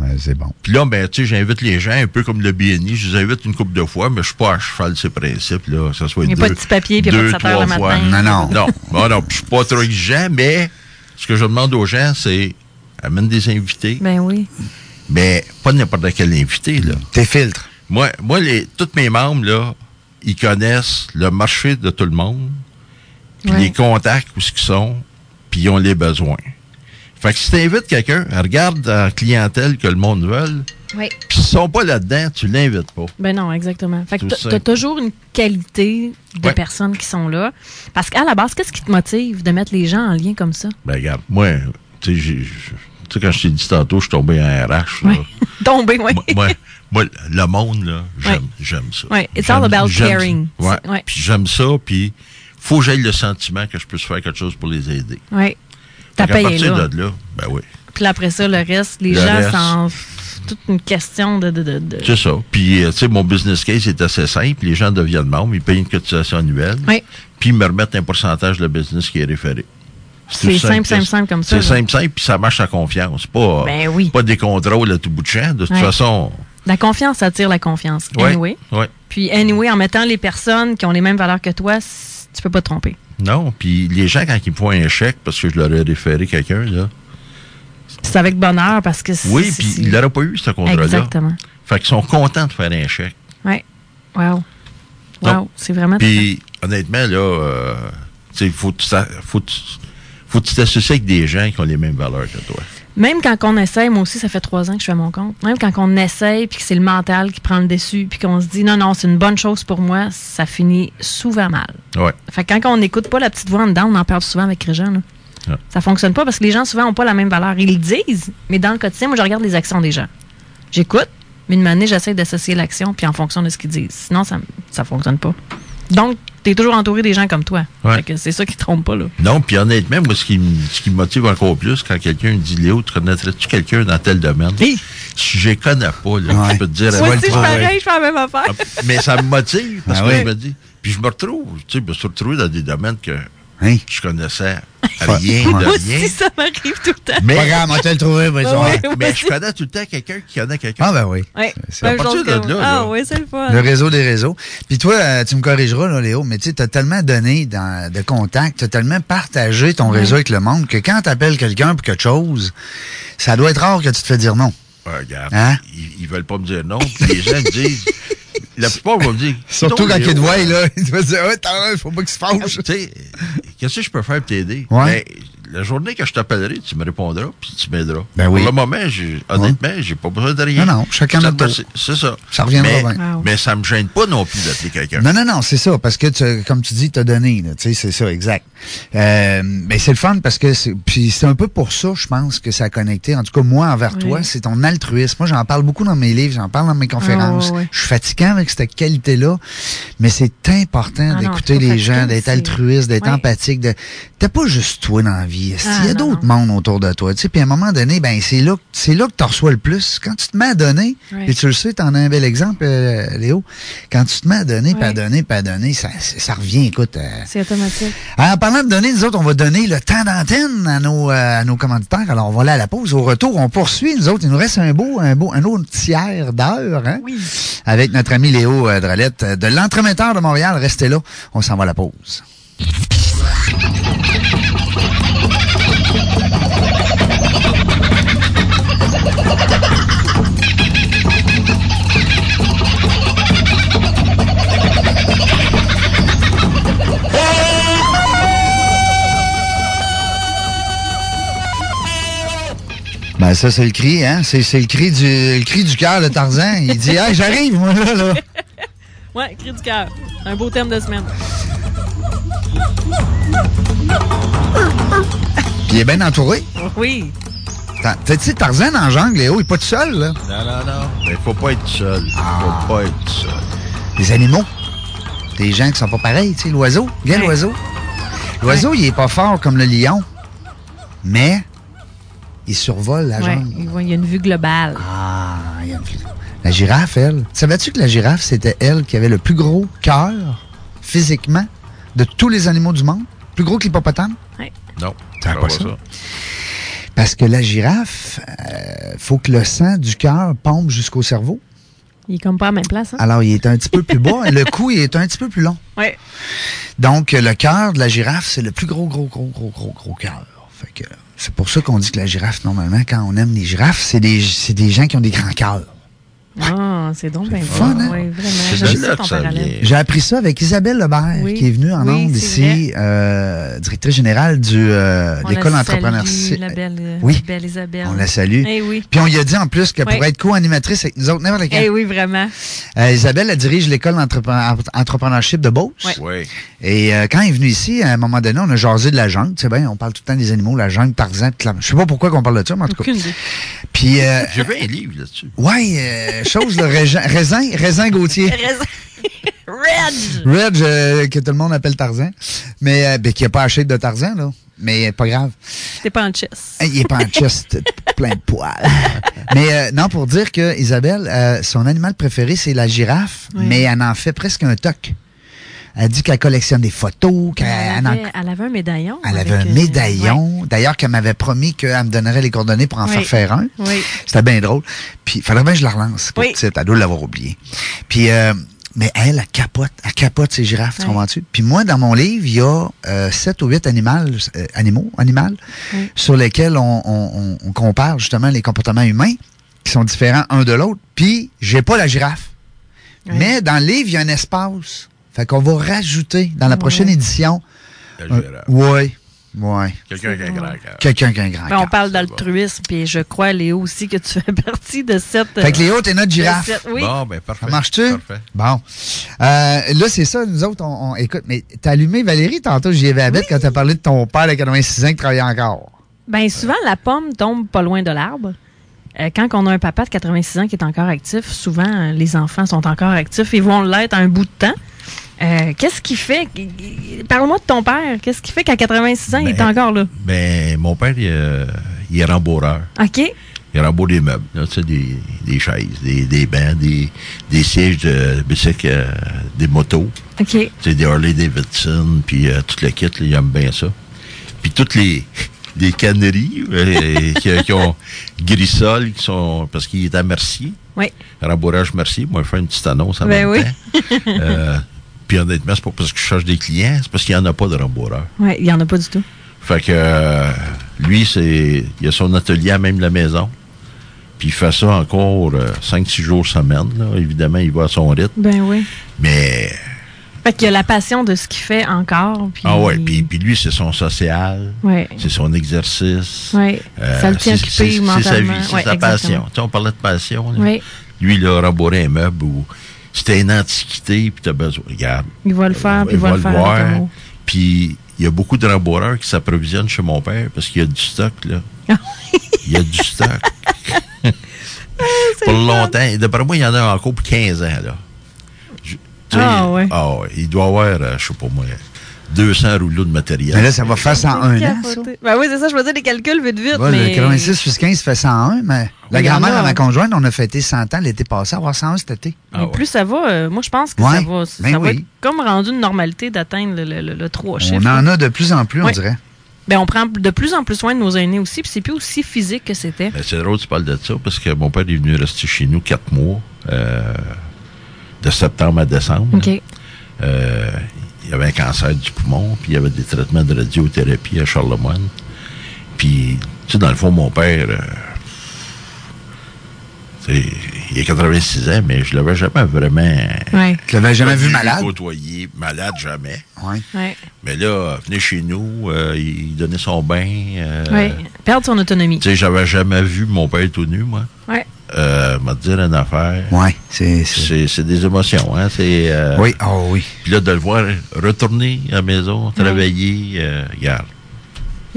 [SPEAKER 1] Ouais, c'est bon.
[SPEAKER 3] Puis là, ben, tu sais, j'invite les gens, un peu comme le BNI, je les invite une couple de fois, mais je suis pas à cheval de ces principes, là. Que Ça soit
[SPEAKER 2] Il y a
[SPEAKER 3] deux,
[SPEAKER 2] pas de petit papier, puis il y a
[SPEAKER 3] deux,
[SPEAKER 2] pas de sapeur
[SPEAKER 3] trois
[SPEAKER 2] le
[SPEAKER 3] fois.
[SPEAKER 2] matin.
[SPEAKER 1] Non, non.
[SPEAKER 3] Non, non, non, puis je suis pas trop exigeant, mais ce que je demande aux gens, c'est amène des invités,
[SPEAKER 2] Ben oui.
[SPEAKER 3] mais pas n'importe quel invité, là.
[SPEAKER 1] Tes filtres.
[SPEAKER 3] Moi, moi les, tous mes membres, là, ils connaissent le marché de tout le monde, puis
[SPEAKER 2] Ouais.
[SPEAKER 3] les contacts, où ce qu'ils sont, puis ils ont les besoins. Fait que si t'invites quelqu'un, regarde la clientèle que le monde veut,
[SPEAKER 4] Oui.
[SPEAKER 3] puis s'ils sont pas là-dedans, tu l'invites pas.
[SPEAKER 2] Ben non, exactement. Fait que
[SPEAKER 3] Tout
[SPEAKER 2] t'as-
[SPEAKER 3] simple.
[SPEAKER 2] t'as toujours une qualité de
[SPEAKER 3] Ouais.
[SPEAKER 2] personnes qui sont là. Parce qu'à la base, qu'est-ce qui te motive de mettre les gens en lien comme ça?
[SPEAKER 3] Ben, regarde, moi, tu sais, j'ai- je- tu sais, quand je t'ai dit tantôt, je suis tombé en RH, là.
[SPEAKER 2] Ouais. Tomber, oui.
[SPEAKER 3] moi, moi- moi, le monde, là, j'aime,
[SPEAKER 2] Ouais.
[SPEAKER 3] j'aime ça.
[SPEAKER 2] Ouais, it's all
[SPEAKER 3] J'aime-
[SPEAKER 2] about
[SPEAKER 3] j'aime ça.
[SPEAKER 2] caring.
[SPEAKER 3] Ouais.
[SPEAKER 2] C'est- ouais.
[SPEAKER 3] Puis j'aime ça, puis faut que j'aille le sentiment que je puisse faire quelque chose pour les aider.
[SPEAKER 2] Oui. Ta
[SPEAKER 3] Fait qu'à
[SPEAKER 2] paye est
[SPEAKER 3] partir
[SPEAKER 2] là.
[SPEAKER 3] de là, ben oui,
[SPEAKER 2] Puis après ça, le reste, les
[SPEAKER 3] Le
[SPEAKER 2] gens
[SPEAKER 3] reste.
[SPEAKER 2] s'en. f- Toute une question de. de, de, de-
[SPEAKER 3] c'est ça. Puis, euh, tu sais, mon business case est assez simple. Les gens deviennent membres, ils payent une cotisation annuelle,
[SPEAKER 2] Ouais.
[SPEAKER 3] puis ils me remettent un pourcentage de business qui est référé.
[SPEAKER 2] C'est
[SPEAKER 3] tout
[SPEAKER 2] simple, simple,
[SPEAKER 3] que ça.
[SPEAKER 2] simple comme ça,
[SPEAKER 3] C'est
[SPEAKER 2] là.
[SPEAKER 3] simple, simple, puis ça marche à confiance. Pas,
[SPEAKER 2] Ben oui.
[SPEAKER 3] pas des contrôles à tout bout de champ. De toute
[SPEAKER 2] Ouais. Ben
[SPEAKER 3] façon,
[SPEAKER 2] La confiance attire la confiance.
[SPEAKER 3] ouais,
[SPEAKER 2] Anyway.
[SPEAKER 3] ouais.
[SPEAKER 2] Puis, anyway, en mettant les personnes qui ont les mêmes valeurs que toi, c- tu peux pas te tromper.
[SPEAKER 3] Non, puis les gens, quand ils me font un chèque parce que je leur ai référé quelqu'un, là,
[SPEAKER 2] C'est avec bonheur parce que c'est.
[SPEAKER 3] oui,
[SPEAKER 2] c'est-
[SPEAKER 3] puis
[SPEAKER 2] c'est-
[SPEAKER 3] ils n'auraient pas eu ce contrat-là.
[SPEAKER 2] Exactement.
[SPEAKER 3] Fait qu'ils sont contents de faire un chèque.
[SPEAKER 2] Oui. Wow. Wow.
[SPEAKER 3] Donc,
[SPEAKER 2] C'est vraiment.
[SPEAKER 3] Puis, honnêtement, là, euh, tu sais, il faut que tu t'a- faut que tu- faut que tu t'associes avec des gens qui ont les mêmes valeurs que toi.
[SPEAKER 2] Même quand on essaye, moi aussi, ça fait trois ans que je suis à mon compte. Même quand on essaye, puis que c'est le mental qui prend le dessus, puis qu'on se dit non, non, c'est une bonne chose pour moi, ça finit souvent mal.
[SPEAKER 3] Ouais.
[SPEAKER 2] Fait que quand on n'écoute pas la petite voix en dedans, on en parle souvent avec Régent. Là.
[SPEAKER 3] Ouais.
[SPEAKER 2] Ça fonctionne pas parce que les gens souvent n'ont pas la même valeur. Ils le disent, mais dans le quotidien, moi, je regarde les actions des gens. J'écoute, mais une année, j'essaie d'associer l'action, puis en fonction de ce qu'ils disent. Sinon, ça ça fonctionne pas. Donc, tu es toujours entouré des gens comme toi.
[SPEAKER 3] Ouais.
[SPEAKER 2] Fait que c'est ça qui te trompe pas. Là.
[SPEAKER 3] Non, puis honnêtement, moi, ce qui, me- ce qui me motive encore plus, quand quelqu'un me dit Léo, tu connaîtrais-tu quelqu'un dans tel domaine
[SPEAKER 2] Hey!
[SPEAKER 3] Si je les connais pas, là,
[SPEAKER 1] Ouais.
[SPEAKER 3] je peux te dire.
[SPEAKER 1] Moi
[SPEAKER 3] avant-
[SPEAKER 1] le aussi, je trouver. pareil,
[SPEAKER 2] je fais la même
[SPEAKER 3] Ah,
[SPEAKER 2] affaire.
[SPEAKER 3] mais ça me motive parce
[SPEAKER 1] Ah
[SPEAKER 3] que
[SPEAKER 1] oui.
[SPEAKER 3] je me dis. Puis je me retrouve, tu sais, je me suis retrouvé dans des domaines que
[SPEAKER 1] Hein?
[SPEAKER 3] je connaissais rien
[SPEAKER 1] Ouais.
[SPEAKER 3] de
[SPEAKER 2] Moi
[SPEAKER 3] rien.
[SPEAKER 2] aussi, ça m'arrive tout le temps.
[SPEAKER 3] Mais, Ben
[SPEAKER 1] Pas grave, on va te le trouver, vas-y.
[SPEAKER 2] Ah ouais.
[SPEAKER 3] mais je connais tout le temps quelqu'un qui connaît quelqu'un.
[SPEAKER 1] Ah, ben oui.
[SPEAKER 2] Ouais.
[SPEAKER 1] C'est-
[SPEAKER 3] à partir de là, là.
[SPEAKER 5] Ah oui, c'est le fun.
[SPEAKER 1] Le réseau des réseaux. Puis toi, euh, tu me corrigeras, là, Léo, mais tu as tellement donné dans- de contacts, tu as tellement partagé ton réseau avec le monde que quand tu appelles quelqu'un pour quelque chose, ça doit être rare que tu te fais dire non.
[SPEAKER 3] Ah, regarde,
[SPEAKER 1] Hein?
[SPEAKER 3] ils, ils veulent pas me dire non. Puis les gens me disent. La plupart vont me dire.
[SPEAKER 1] Surtout
[SPEAKER 3] non,
[SPEAKER 1] quand
[SPEAKER 3] Léo,
[SPEAKER 1] il te voit, là, il te dire, ouais, t'as un, faut pas qu'il se fâche.
[SPEAKER 3] Tu sais, qu'est-ce que je peux faire pour t'aider?
[SPEAKER 1] Ouais.
[SPEAKER 3] Ben, la journée que je t'appellerai, tu me répondras, puis tu m'aideras.
[SPEAKER 1] Ben oui.
[SPEAKER 3] Pour le moment, j'ai- honnêtement, j'ai pas besoin de rien.
[SPEAKER 1] Non, non, chacun
[SPEAKER 3] Ça
[SPEAKER 1] notre
[SPEAKER 3] me-
[SPEAKER 1] tour.
[SPEAKER 3] c'est- C'est ça.
[SPEAKER 1] Ça reviendra
[SPEAKER 3] mais,
[SPEAKER 1] bien.
[SPEAKER 2] Wow.
[SPEAKER 3] mais ça me gêne pas non plus d'appeler quelqu'un.
[SPEAKER 1] Non, non, non, c'est ça, parce que tu- comme tu dis, t'as donné, là, tu sais, c'est ça, exact. Euh, mais c'est le fun parce que c'est, puis c'est un peu pour ça, je pense, que ça a connecté. En tout cas, moi, envers
[SPEAKER 2] Oui.
[SPEAKER 1] toi, c'est ton altruisme. Moi, j'en parle beaucoup dans mes livres, j'en parle dans mes conférences.
[SPEAKER 2] Oh, ouais, ouais.
[SPEAKER 1] Je suis fatiguant avec cette qualité-là, mais c'est important
[SPEAKER 2] Ah non,
[SPEAKER 1] d'écouter
[SPEAKER 2] c'est pas
[SPEAKER 1] les
[SPEAKER 2] fatigant,
[SPEAKER 1] gens, d'être
[SPEAKER 2] c'est-
[SPEAKER 1] altruiste, d'être
[SPEAKER 2] Ouais.
[SPEAKER 1] empathique. De... T'es pas juste toi dans la vie. esti,
[SPEAKER 2] Ah,
[SPEAKER 1] Il y a
[SPEAKER 2] non,
[SPEAKER 1] d'autres mondes autour de toi, tu sais. Puis à un moment donné, ben c'est là, que- c'est là que t'en reçois le plus. Quand tu te mets à donner,
[SPEAKER 2] Ouais.
[SPEAKER 1] puis tu le sais, t'en as un bel exemple, euh, Léo. Quand tu te mets à donner, pas
[SPEAKER 2] Ouais.
[SPEAKER 1] donner, pas donner, ça, ça ça revient, écoute. euh.
[SPEAKER 2] C'est automatique.
[SPEAKER 1] Alors, en parlant de donner, nous autres, on va donner le temps d'antenne à nos, euh, à nos commanditaires. Alors, on va aller à la pause. Au retour, on poursuit. Nous autres, il nous reste un beau, un beau, un autre tiers d'heure, hein?
[SPEAKER 2] Oui.
[SPEAKER 1] Avec notre ami Léo euh, Dralette euh, de l'entremetteur de Montréal. Restez là. On s'en va à la pause. Ben ça, c'est le cri, hein? C'est, c'est le cri du le cri du cœur de Tarzan. Il dit Hey, j'arrive, moi là, là.
[SPEAKER 2] Ouais, cri du cœur. Un beau thème de semaine.
[SPEAKER 1] Puis il est bien entouré.
[SPEAKER 2] Oui.
[SPEAKER 1] T'as- Tu sais, Tarzan en jungle, Léo, il est pas tout seul, là.
[SPEAKER 3] Non, non, non. Mais Ben, faut pas être seul.
[SPEAKER 1] Ah.
[SPEAKER 3] Faut pas être seul.
[SPEAKER 1] Les animaux. Des gens qui sont pas pareils, tu sais, l'oiseau. Bien
[SPEAKER 2] Ouais.
[SPEAKER 1] l'oiseau. L'oiseau, il est pas fort comme le lion, mais il survole la
[SPEAKER 2] Ouais,
[SPEAKER 1] jungle.
[SPEAKER 2] il voit- il y a une vue globale.
[SPEAKER 1] Ah, il y a une fille. La girafe, elle. Savais-tu que la girafe, c'était elle qui avait le plus gros cœur, physiquement, de tous les animaux du monde? Plus gros que l'hippopotame?
[SPEAKER 3] Non.
[SPEAKER 1] Ça a
[SPEAKER 3] on
[SPEAKER 1] pas
[SPEAKER 3] voit
[SPEAKER 1] ça. Parce que la girafe, euh, faut que le sang du cœur pompe jusqu'au cerveau.
[SPEAKER 2] Il est comme pas à la même place. Hein?
[SPEAKER 1] Alors, il est un petit peu plus bas. le cou, il est un petit peu plus long.
[SPEAKER 2] Ouais.
[SPEAKER 1] Donc, euh, le cœur de la girafe, c'est le plus gros, gros, gros, gros, gros, gros cœur. Fait que c'est pour ça qu'on dit que la girafe, normalement, quand on aime les girafes, c'est des, c'est des gens qui ont des grands cœurs.
[SPEAKER 2] Ah, c'est donc bien
[SPEAKER 1] fun,
[SPEAKER 2] bon.
[SPEAKER 1] hein?
[SPEAKER 2] Oui, vraiment.
[SPEAKER 3] C'est
[SPEAKER 2] J'aime
[SPEAKER 3] de là
[SPEAKER 2] ça,
[SPEAKER 3] que
[SPEAKER 2] ton
[SPEAKER 3] ça
[SPEAKER 2] parallèle.
[SPEAKER 3] vient.
[SPEAKER 1] J'ai appris ça avec Isabelle Lebert,
[SPEAKER 2] Oui.
[SPEAKER 1] qui est venue en
[SPEAKER 2] Oui,
[SPEAKER 1] Onde
[SPEAKER 2] c'est
[SPEAKER 1] ici, euh, directrice générale du, euh, de
[SPEAKER 2] On
[SPEAKER 1] l'école
[SPEAKER 2] la
[SPEAKER 1] entrepreneur.
[SPEAKER 2] salue, La belle, euh,
[SPEAKER 1] Oui.
[SPEAKER 2] la belle Isabelle.
[SPEAKER 1] On la salue.
[SPEAKER 2] Eh oui.
[SPEAKER 1] Puis on lui a dit en plus que pour
[SPEAKER 2] Oui.
[SPEAKER 1] être co-animatrice avec nous autres, n'importe quand.
[SPEAKER 2] Eh oui, vraiment.
[SPEAKER 1] Euh, Isabelle, elle dirige l'école d'entrepre- entrepreneurship de Beauce.
[SPEAKER 3] Oui.
[SPEAKER 1] Et euh, quand elle est venue ici, à un moment donné, on a jasé de la jungle. Tu sais bien, on parle tout le temps des animaux, la jungle, Tarzan, puis la- Je sais pas pourquoi qu'on parle de ça, mais en tout cas.
[SPEAKER 2] Aucune idée.
[SPEAKER 1] Puis, euh,
[SPEAKER 3] J'ai fait un livre là-dessus.
[SPEAKER 1] ouais, euh, chose, le raisin, raisin, raisin Gauthier.
[SPEAKER 4] Red!
[SPEAKER 1] Reg, euh, que tout le monde appelle Tarzan, mais euh, ben, qui n'a pas acheté de Tarzan, là. Mais euh, pas grave.
[SPEAKER 2] T'es pas en chess.
[SPEAKER 1] Il est pas en chest plein de poils. mais euh, non, pour dire que Isabelle, euh, son animal préféré, c'est la girafe,
[SPEAKER 2] Oui.
[SPEAKER 1] mais elle en fait presque un toc. Elle dit qu'elle collectionne des photos, qu'elle
[SPEAKER 2] Elle
[SPEAKER 1] elle en-
[SPEAKER 2] avait, elle avait un médaillon.
[SPEAKER 1] elle
[SPEAKER 2] avec,
[SPEAKER 1] avait un
[SPEAKER 2] euh,
[SPEAKER 1] médaillon. D'ailleurs, qu'elle m'avait promis qu'elle me donnerait les coordonnées pour en
[SPEAKER 2] Oui.
[SPEAKER 1] faire faire un.
[SPEAKER 2] ouais. Oui.
[SPEAKER 1] C'était bien drôle. Puis, il fallait bien que je la relance.
[SPEAKER 2] Oui.
[SPEAKER 1] Tu sais, elle doit l'avoir oublié. Puis, euh, mais elle, elle capote, elle capote ses girafes, tu
[SPEAKER 2] Oui.
[SPEAKER 1] comprends-tu? Puis moi, dans mon livre, il y a euh, sept ou huit animaux, euh, animaux, animales,
[SPEAKER 2] Oui.
[SPEAKER 1] sur lesquels on, on- on- on compare justement les comportements humains qui sont différents un de l'autre. Puis, j'ai pas la girafe.
[SPEAKER 2] Oui.
[SPEAKER 1] Mais dans le livre, il y a un espace. Fait qu'on va rajouter dans la prochaine édition.
[SPEAKER 3] La
[SPEAKER 1] Euh, Oui,
[SPEAKER 3] girafe.
[SPEAKER 1] oui. Ouais.
[SPEAKER 3] Quelqu'un qui a un grand cœur.
[SPEAKER 1] Quelqu'un qui a un grand
[SPEAKER 2] Ben, on
[SPEAKER 1] cœur.
[SPEAKER 2] parle
[SPEAKER 3] c'est
[SPEAKER 2] d'altruisme, puis je crois, Léo, aussi, que tu fais partie de cette. euh,
[SPEAKER 1] Fait que Léo, t'es notre
[SPEAKER 2] de
[SPEAKER 1] girafe.
[SPEAKER 2] cette- Oui.
[SPEAKER 3] Bon, ben parfait.
[SPEAKER 1] Ça marche-tu?
[SPEAKER 3] Parfait.
[SPEAKER 1] Bon. Euh, là, c'est ça, nous autres, on, on- écoute, mais t'as allumé Valérie tantôt, j'y avais avec quand t'as parlé de ton père de 86 ans qui travaillait encore.
[SPEAKER 2] Ben souvent, la pomme tombe pas loin de l'arbre. Euh, quand on a un papa de 86 ans qui est encore actif, souvent, euh, les enfants sont encore actifs et vont l'être un bout de temps. Euh, Qu'est-ce qui fait? Parle-moi de ton père. Qu'est-ce qui fait qu'à 86 ans, il est
[SPEAKER 3] Ben,
[SPEAKER 2] encore là?
[SPEAKER 3] Ben, mon père, il, euh, il est rembourreur.
[SPEAKER 2] OK?
[SPEAKER 3] Il rembourre des meubles, là, tu sais, des, des chaises, des, des bancs, des, des sièges de bicycle, euh, des motos,
[SPEAKER 2] OK.
[SPEAKER 3] tu sais, des Harley Davidson, puis euh, tout le kit, là, il aime bien ça. Puis toutes les, les canneries euh, qui, qui ont Grissol, qui sont, parce qu'il est à Mercier.
[SPEAKER 2] Oui.
[SPEAKER 3] Rembourrage Mercier, moi, je fais une petite annonce en
[SPEAKER 2] Ben
[SPEAKER 3] même
[SPEAKER 2] oui.
[SPEAKER 3] temps. Euh, puis honnêtement, c'est pas parce que je cherche des clients, c'est parce qu'il n'y en a pas de rembourreur.
[SPEAKER 2] Ouais, il y en a pas du tout.
[SPEAKER 3] Fait que euh, lui, c'est. Il a son atelier à même la maison. Puis il fait ça encore 5-6 jours semaine. là. Évidemment, il va à son rythme.
[SPEAKER 2] Ben oui.
[SPEAKER 3] Mais.
[SPEAKER 2] Fait qu'il y a la passion de ce qu'il fait encore. Puis,
[SPEAKER 3] Ah ouais, puis, puis lui, c'est son social.
[SPEAKER 2] Ouais.
[SPEAKER 3] C'est son exercice.
[SPEAKER 2] Ouais.
[SPEAKER 3] Euh,
[SPEAKER 2] ça le tient
[SPEAKER 3] c'est-
[SPEAKER 2] occupé
[SPEAKER 3] c'est-
[SPEAKER 2] mentalement.
[SPEAKER 3] C'est sa vie, c'est
[SPEAKER 2] Ouais,
[SPEAKER 3] sa passion.
[SPEAKER 2] exactement.
[SPEAKER 3] Tu sais, on parlait de passion. là.
[SPEAKER 2] Oui.
[SPEAKER 3] Lui, il a rembourré un meuble où c'était une antiquité, puis t'as besoin. Regarde.
[SPEAKER 2] Il va le faire, puis il va le faire. avec amour.
[SPEAKER 3] Puis il y a beaucoup de rembourreurs qui s'approvisionnent chez mon père parce qu'il y a du stock, là. Il y a du stock. pour longtemps. Et D'après moi, il y en a encore pour 15 ans, là. Je- tu sais,
[SPEAKER 2] Ah, ouais.
[SPEAKER 3] ah ouais, Il doit avoir, euh, je sais pas moi, 200 rouleaux de matériel.
[SPEAKER 1] Mais là, ça va faire 101 ans, ça.
[SPEAKER 2] Capoté. Ben oui, c'est ça, je faisais des calculs vite, vite.
[SPEAKER 1] Ouais,
[SPEAKER 2] mais...
[SPEAKER 1] Le 86 plus 15 fait 101, mais la
[SPEAKER 2] Il y en
[SPEAKER 1] grand-mère
[SPEAKER 2] a,
[SPEAKER 1] à ma
[SPEAKER 2] hein.
[SPEAKER 1] conjointe, on a fêté 100 ans l'été passé, avoir 101 cet été.
[SPEAKER 3] Ah
[SPEAKER 2] Mais
[SPEAKER 3] ouais.
[SPEAKER 2] plus ça va, euh, moi je pense que
[SPEAKER 1] Ouais,
[SPEAKER 2] ça va, ça
[SPEAKER 1] ben
[SPEAKER 2] va
[SPEAKER 1] oui.
[SPEAKER 2] être comme rendu une normalité d'atteindre le, le- le- le trois chiffres.
[SPEAKER 1] On en a de plus en plus, on
[SPEAKER 2] Ouais.
[SPEAKER 1] dirait.
[SPEAKER 2] Ben, on prend de plus en plus soin de nos aînés aussi, puis c'est plus aussi physique que c'était.
[SPEAKER 3] Mais c'est drôle que tu parles de ça parce que mon père est venu rester chez nous quatre mois, euh, de septembre à décembre.
[SPEAKER 2] OK.
[SPEAKER 3] Euh, il y avait un cancer du poumon, puis il y avait des traitements de radiothérapie à Charlemagne. Puis, tu sais, dans le fond, mon père, euh, tu sais, il a 86 ans, mais je l'avais jamais vraiment.
[SPEAKER 2] Ouais.
[SPEAKER 1] Tu l'avais jamais vu
[SPEAKER 3] Jamais
[SPEAKER 1] malade?
[SPEAKER 3] Côtoyé, malade jamais.
[SPEAKER 1] Ouais.
[SPEAKER 2] Ouais.
[SPEAKER 3] Mais là, il venait chez nous, euh, il donnait son bain. euh,
[SPEAKER 2] ouais. Perdre son autonomie.
[SPEAKER 3] Tu sais, j'avais jamais vu mon père tout nu, moi.
[SPEAKER 2] Ouais.
[SPEAKER 3] Euh, m'a dit une affaire.
[SPEAKER 1] Ouais, c'est. c'est-
[SPEAKER 3] C'est c'est des émotions, hein. C'est. euh,
[SPEAKER 1] Oui, oh oui.
[SPEAKER 3] puis là, de le voir retourner à la maison, travailler, euh, regarde.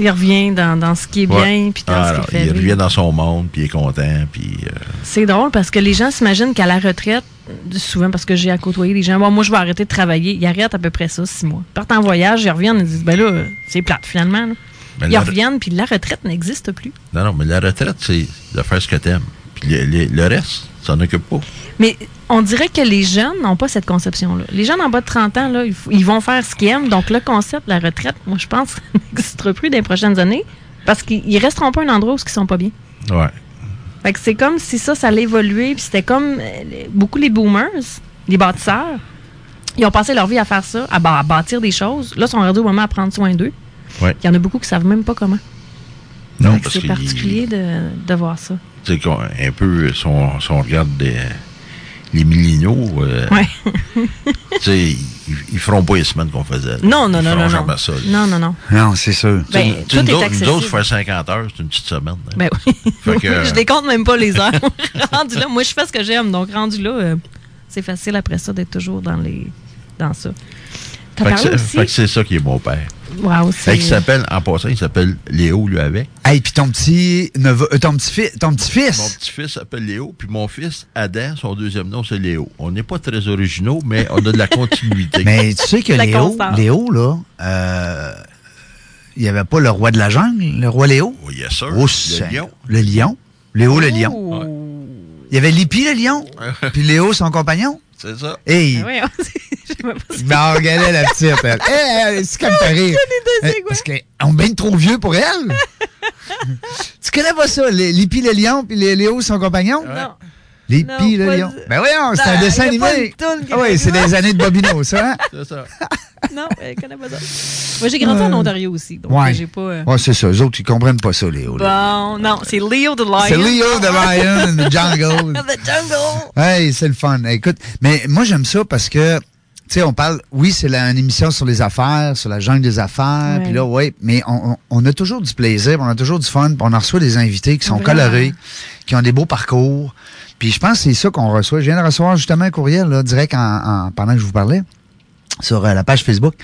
[SPEAKER 2] Il revient dans, dans ce qui est bien,
[SPEAKER 3] Ouais.
[SPEAKER 2] puis dans
[SPEAKER 3] Ah,
[SPEAKER 2] ce
[SPEAKER 3] non,
[SPEAKER 2] qui fait
[SPEAKER 3] il
[SPEAKER 2] vivre.
[SPEAKER 3] revient dans son monde, puis il est content, puis... euh,
[SPEAKER 2] C'est drôle parce que les gens s'imaginent qu'à la retraite, souvent parce que j'ai à côtoyer des gens, bon, moi je vais arrêter de travailler. Ils arrêtent à peu près ça, six mois. Ils partent en voyage, ils reviennent, ils disent, ben là, euh, c'est plate finalement. là.
[SPEAKER 3] mais
[SPEAKER 2] Ils
[SPEAKER 3] Ben, la-
[SPEAKER 2] reviennent, puis la retraite n'existe plus.
[SPEAKER 3] Non, non, mais la retraite, c'est de faire ce que t'aimes. Puis le, le- le reste, ça occupe pas.
[SPEAKER 2] Mais on dirait que les jeunes n'ont pas cette conception-là. Les jeunes en bas de 30 ans, là, ils, f- ils vont faire ce qu'ils aiment. Donc, le concept de la retraite, moi, je pense, n'existera plus dans les prochaines années Parce qu'ils ils resteront pas un endroit où ils sont pas bien.
[SPEAKER 3] Ouais.
[SPEAKER 2] Fait que c'est comme si ça, ça allait évoluer. Puis c'était comme euh, les- beaucoup les boomers, les bâtisseurs. Ils ont passé leur vie à faire ça, à, bâ- à bâtir des choses. Là, ils sont rendus au moment à prendre soin d'eux.
[SPEAKER 3] Ouais.
[SPEAKER 2] Il y en a beaucoup qui savent même pas comment.
[SPEAKER 3] Non,
[SPEAKER 2] Fait que
[SPEAKER 3] parce
[SPEAKER 2] c'est
[SPEAKER 3] qu'il- Euh,
[SPEAKER 2] particulier de, de voir ça.
[SPEAKER 3] tu sais, qu'on- un peu, si on, si on regarde des- les milléniaux, euh,
[SPEAKER 2] Ouais.
[SPEAKER 3] tu sais, ils, ils feront pas les semaines qu'on faisait. là.
[SPEAKER 2] Non, non,
[SPEAKER 3] Ils
[SPEAKER 2] non,
[SPEAKER 3] feront
[SPEAKER 2] non. Non,
[SPEAKER 3] jamais ça, là.
[SPEAKER 2] non, non. non.
[SPEAKER 1] Non, c'est sûr.
[SPEAKER 3] Tu sais,
[SPEAKER 2] Ben,
[SPEAKER 3] nous- tu
[SPEAKER 2] tout
[SPEAKER 3] sais, nous
[SPEAKER 2] est
[SPEAKER 3] autres- Nous autres,
[SPEAKER 2] accessible.
[SPEAKER 3] faire 50 heures, c'est une petite semaine. hein.
[SPEAKER 2] Ben oui.
[SPEAKER 3] Fait que-
[SPEAKER 2] je décompte même pas les heures. rendu là, moi, je fais ce que j'aime. Donc, rendu là, euh, c'est facile après ça d'être toujours dans les dans ça. T'as
[SPEAKER 3] Fait que
[SPEAKER 2] parlé
[SPEAKER 3] c'est-
[SPEAKER 2] aussi.
[SPEAKER 3] fait que c'est ça qui est mon père.
[SPEAKER 2] Wow,
[SPEAKER 3] Fait qu'il
[SPEAKER 2] c'est- Ah
[SPEAKER 3] s'appelle, en passant, il s'appelle Léo, lui, avec.
[SPEAKER 1] Hey, puis ton petit neveu, euh, ton petit fils, ton petit
[SPEAKER 3] Mon
[SPEAKER 1] fils.
[SPEAKER 3] petit-fils s'appelle Léo, puis mon fils, Adam, son deuxième nom, c'est Léo. On n'est pas très originaux, mais on a de la continuité.
[SPEAKER 1] Mais tu sais que
[SPEAKER 2] La
[SPEAKER 1] Léo,
[SPEAKER 2] constance.
[SPEAKER 1] Léo là, euh, il n'y avait pas le roi de la jungle, le roi Léo.
[SPEAKER 3] Oui, yes, sir.
[SPEAKER 1] Oh,
[SPEAKER 3] le
[SPEAKER 1] Seigneur.
[SPEAKER 3] lion.
[SPEAKER 1] Le lion. Léo le lion.
[SPEAKER 2] Ouh.
[SPEAKER 1] Il y avait Lippi le lion, puis Léo son compagnon.
[SPEAKER 3] C'est ça.
[SPEAKER 1] Hey,
[SPEAKER 2] Ah oui, on sait- j'aimais pas ça.
[SPEAKER 1] il m'a regardé la petite. Elle, hey, elle, c'est comme t'as rire.
[SPEAKER 2] c'est
[SPEAKER 1] Eh,
[SPEAKER 2] quoi?
[SPEAKER 1] Parce qu'on est bien trop vieux pour elle. tu connais pas ça, les- Lippi le lion, puis les- Léo son compagnon?
[SPEAKER 2] Non.
[SPEAKER 1] Lippi
[SPEAKER 2] Non,
[SPEAKER 1] le
[SPEAKER 2] pas
[SPEAKER 1] lion.
[SPEAKER 2] du-
[SPEAKER 1] Ben voyons, c'est un
[SPEAKER 2] Ah,
[SPEAKER 1] dessin
[SPEAKER 2] y a pas
[SPEAKER 1] animé.
[SPEAKER 2] une toune qui
[SPEAKER 1] Ah oui,
[SPEAKER 2] fait
[SPEAKER 1] c'est
[SPEAKER 2] ça.
[SPEAKER 1] des années de Bobino, ça, hein?
[SPEAKER 3] C'est ça.
[SPEAKER 2] Non, elle connaît pas ça. Moi, j'ai grandi en Ontario aussi, donc
[SPEAKER 1] Euh, Ouais.
[SPEAKER 2] j'ai pas. euh,
[SPEAKER 1] Ouais, c'est ça. Eux autres, ils comprennent pas ça, Léo. là.
[SPEAKER 2] Bon, non, c'est Leo the Lion.
[SPEAKER 1] C'est Leo the Lion in the Jungle.
[SPEAKER 4] The jungle.
[SPEAKER 1] Hey, c'est le fun. Écoute, mais moi, j'aime ça parce que, tu sais, on parle, oui, c'est la- une émission sur les affaires, sur la jungle des affaires,
[SPEAKER 2] Ouais.
[SPEAKER 1] puis là, oui, mais on, on- on a toujours du plaisir, on a toujours du fun, puis on en reçoit des invités qui sont
[SPEAKER 2] Vraiment.
[SPEAKER 1] colorés, qui ont des beaux parcours. Puis je pense que c'est ça qu'on reçoit. Je viens de recevoir justement un courriel, là, direct en, en- pendant que je vous parlais, sur euh, la page Facebook.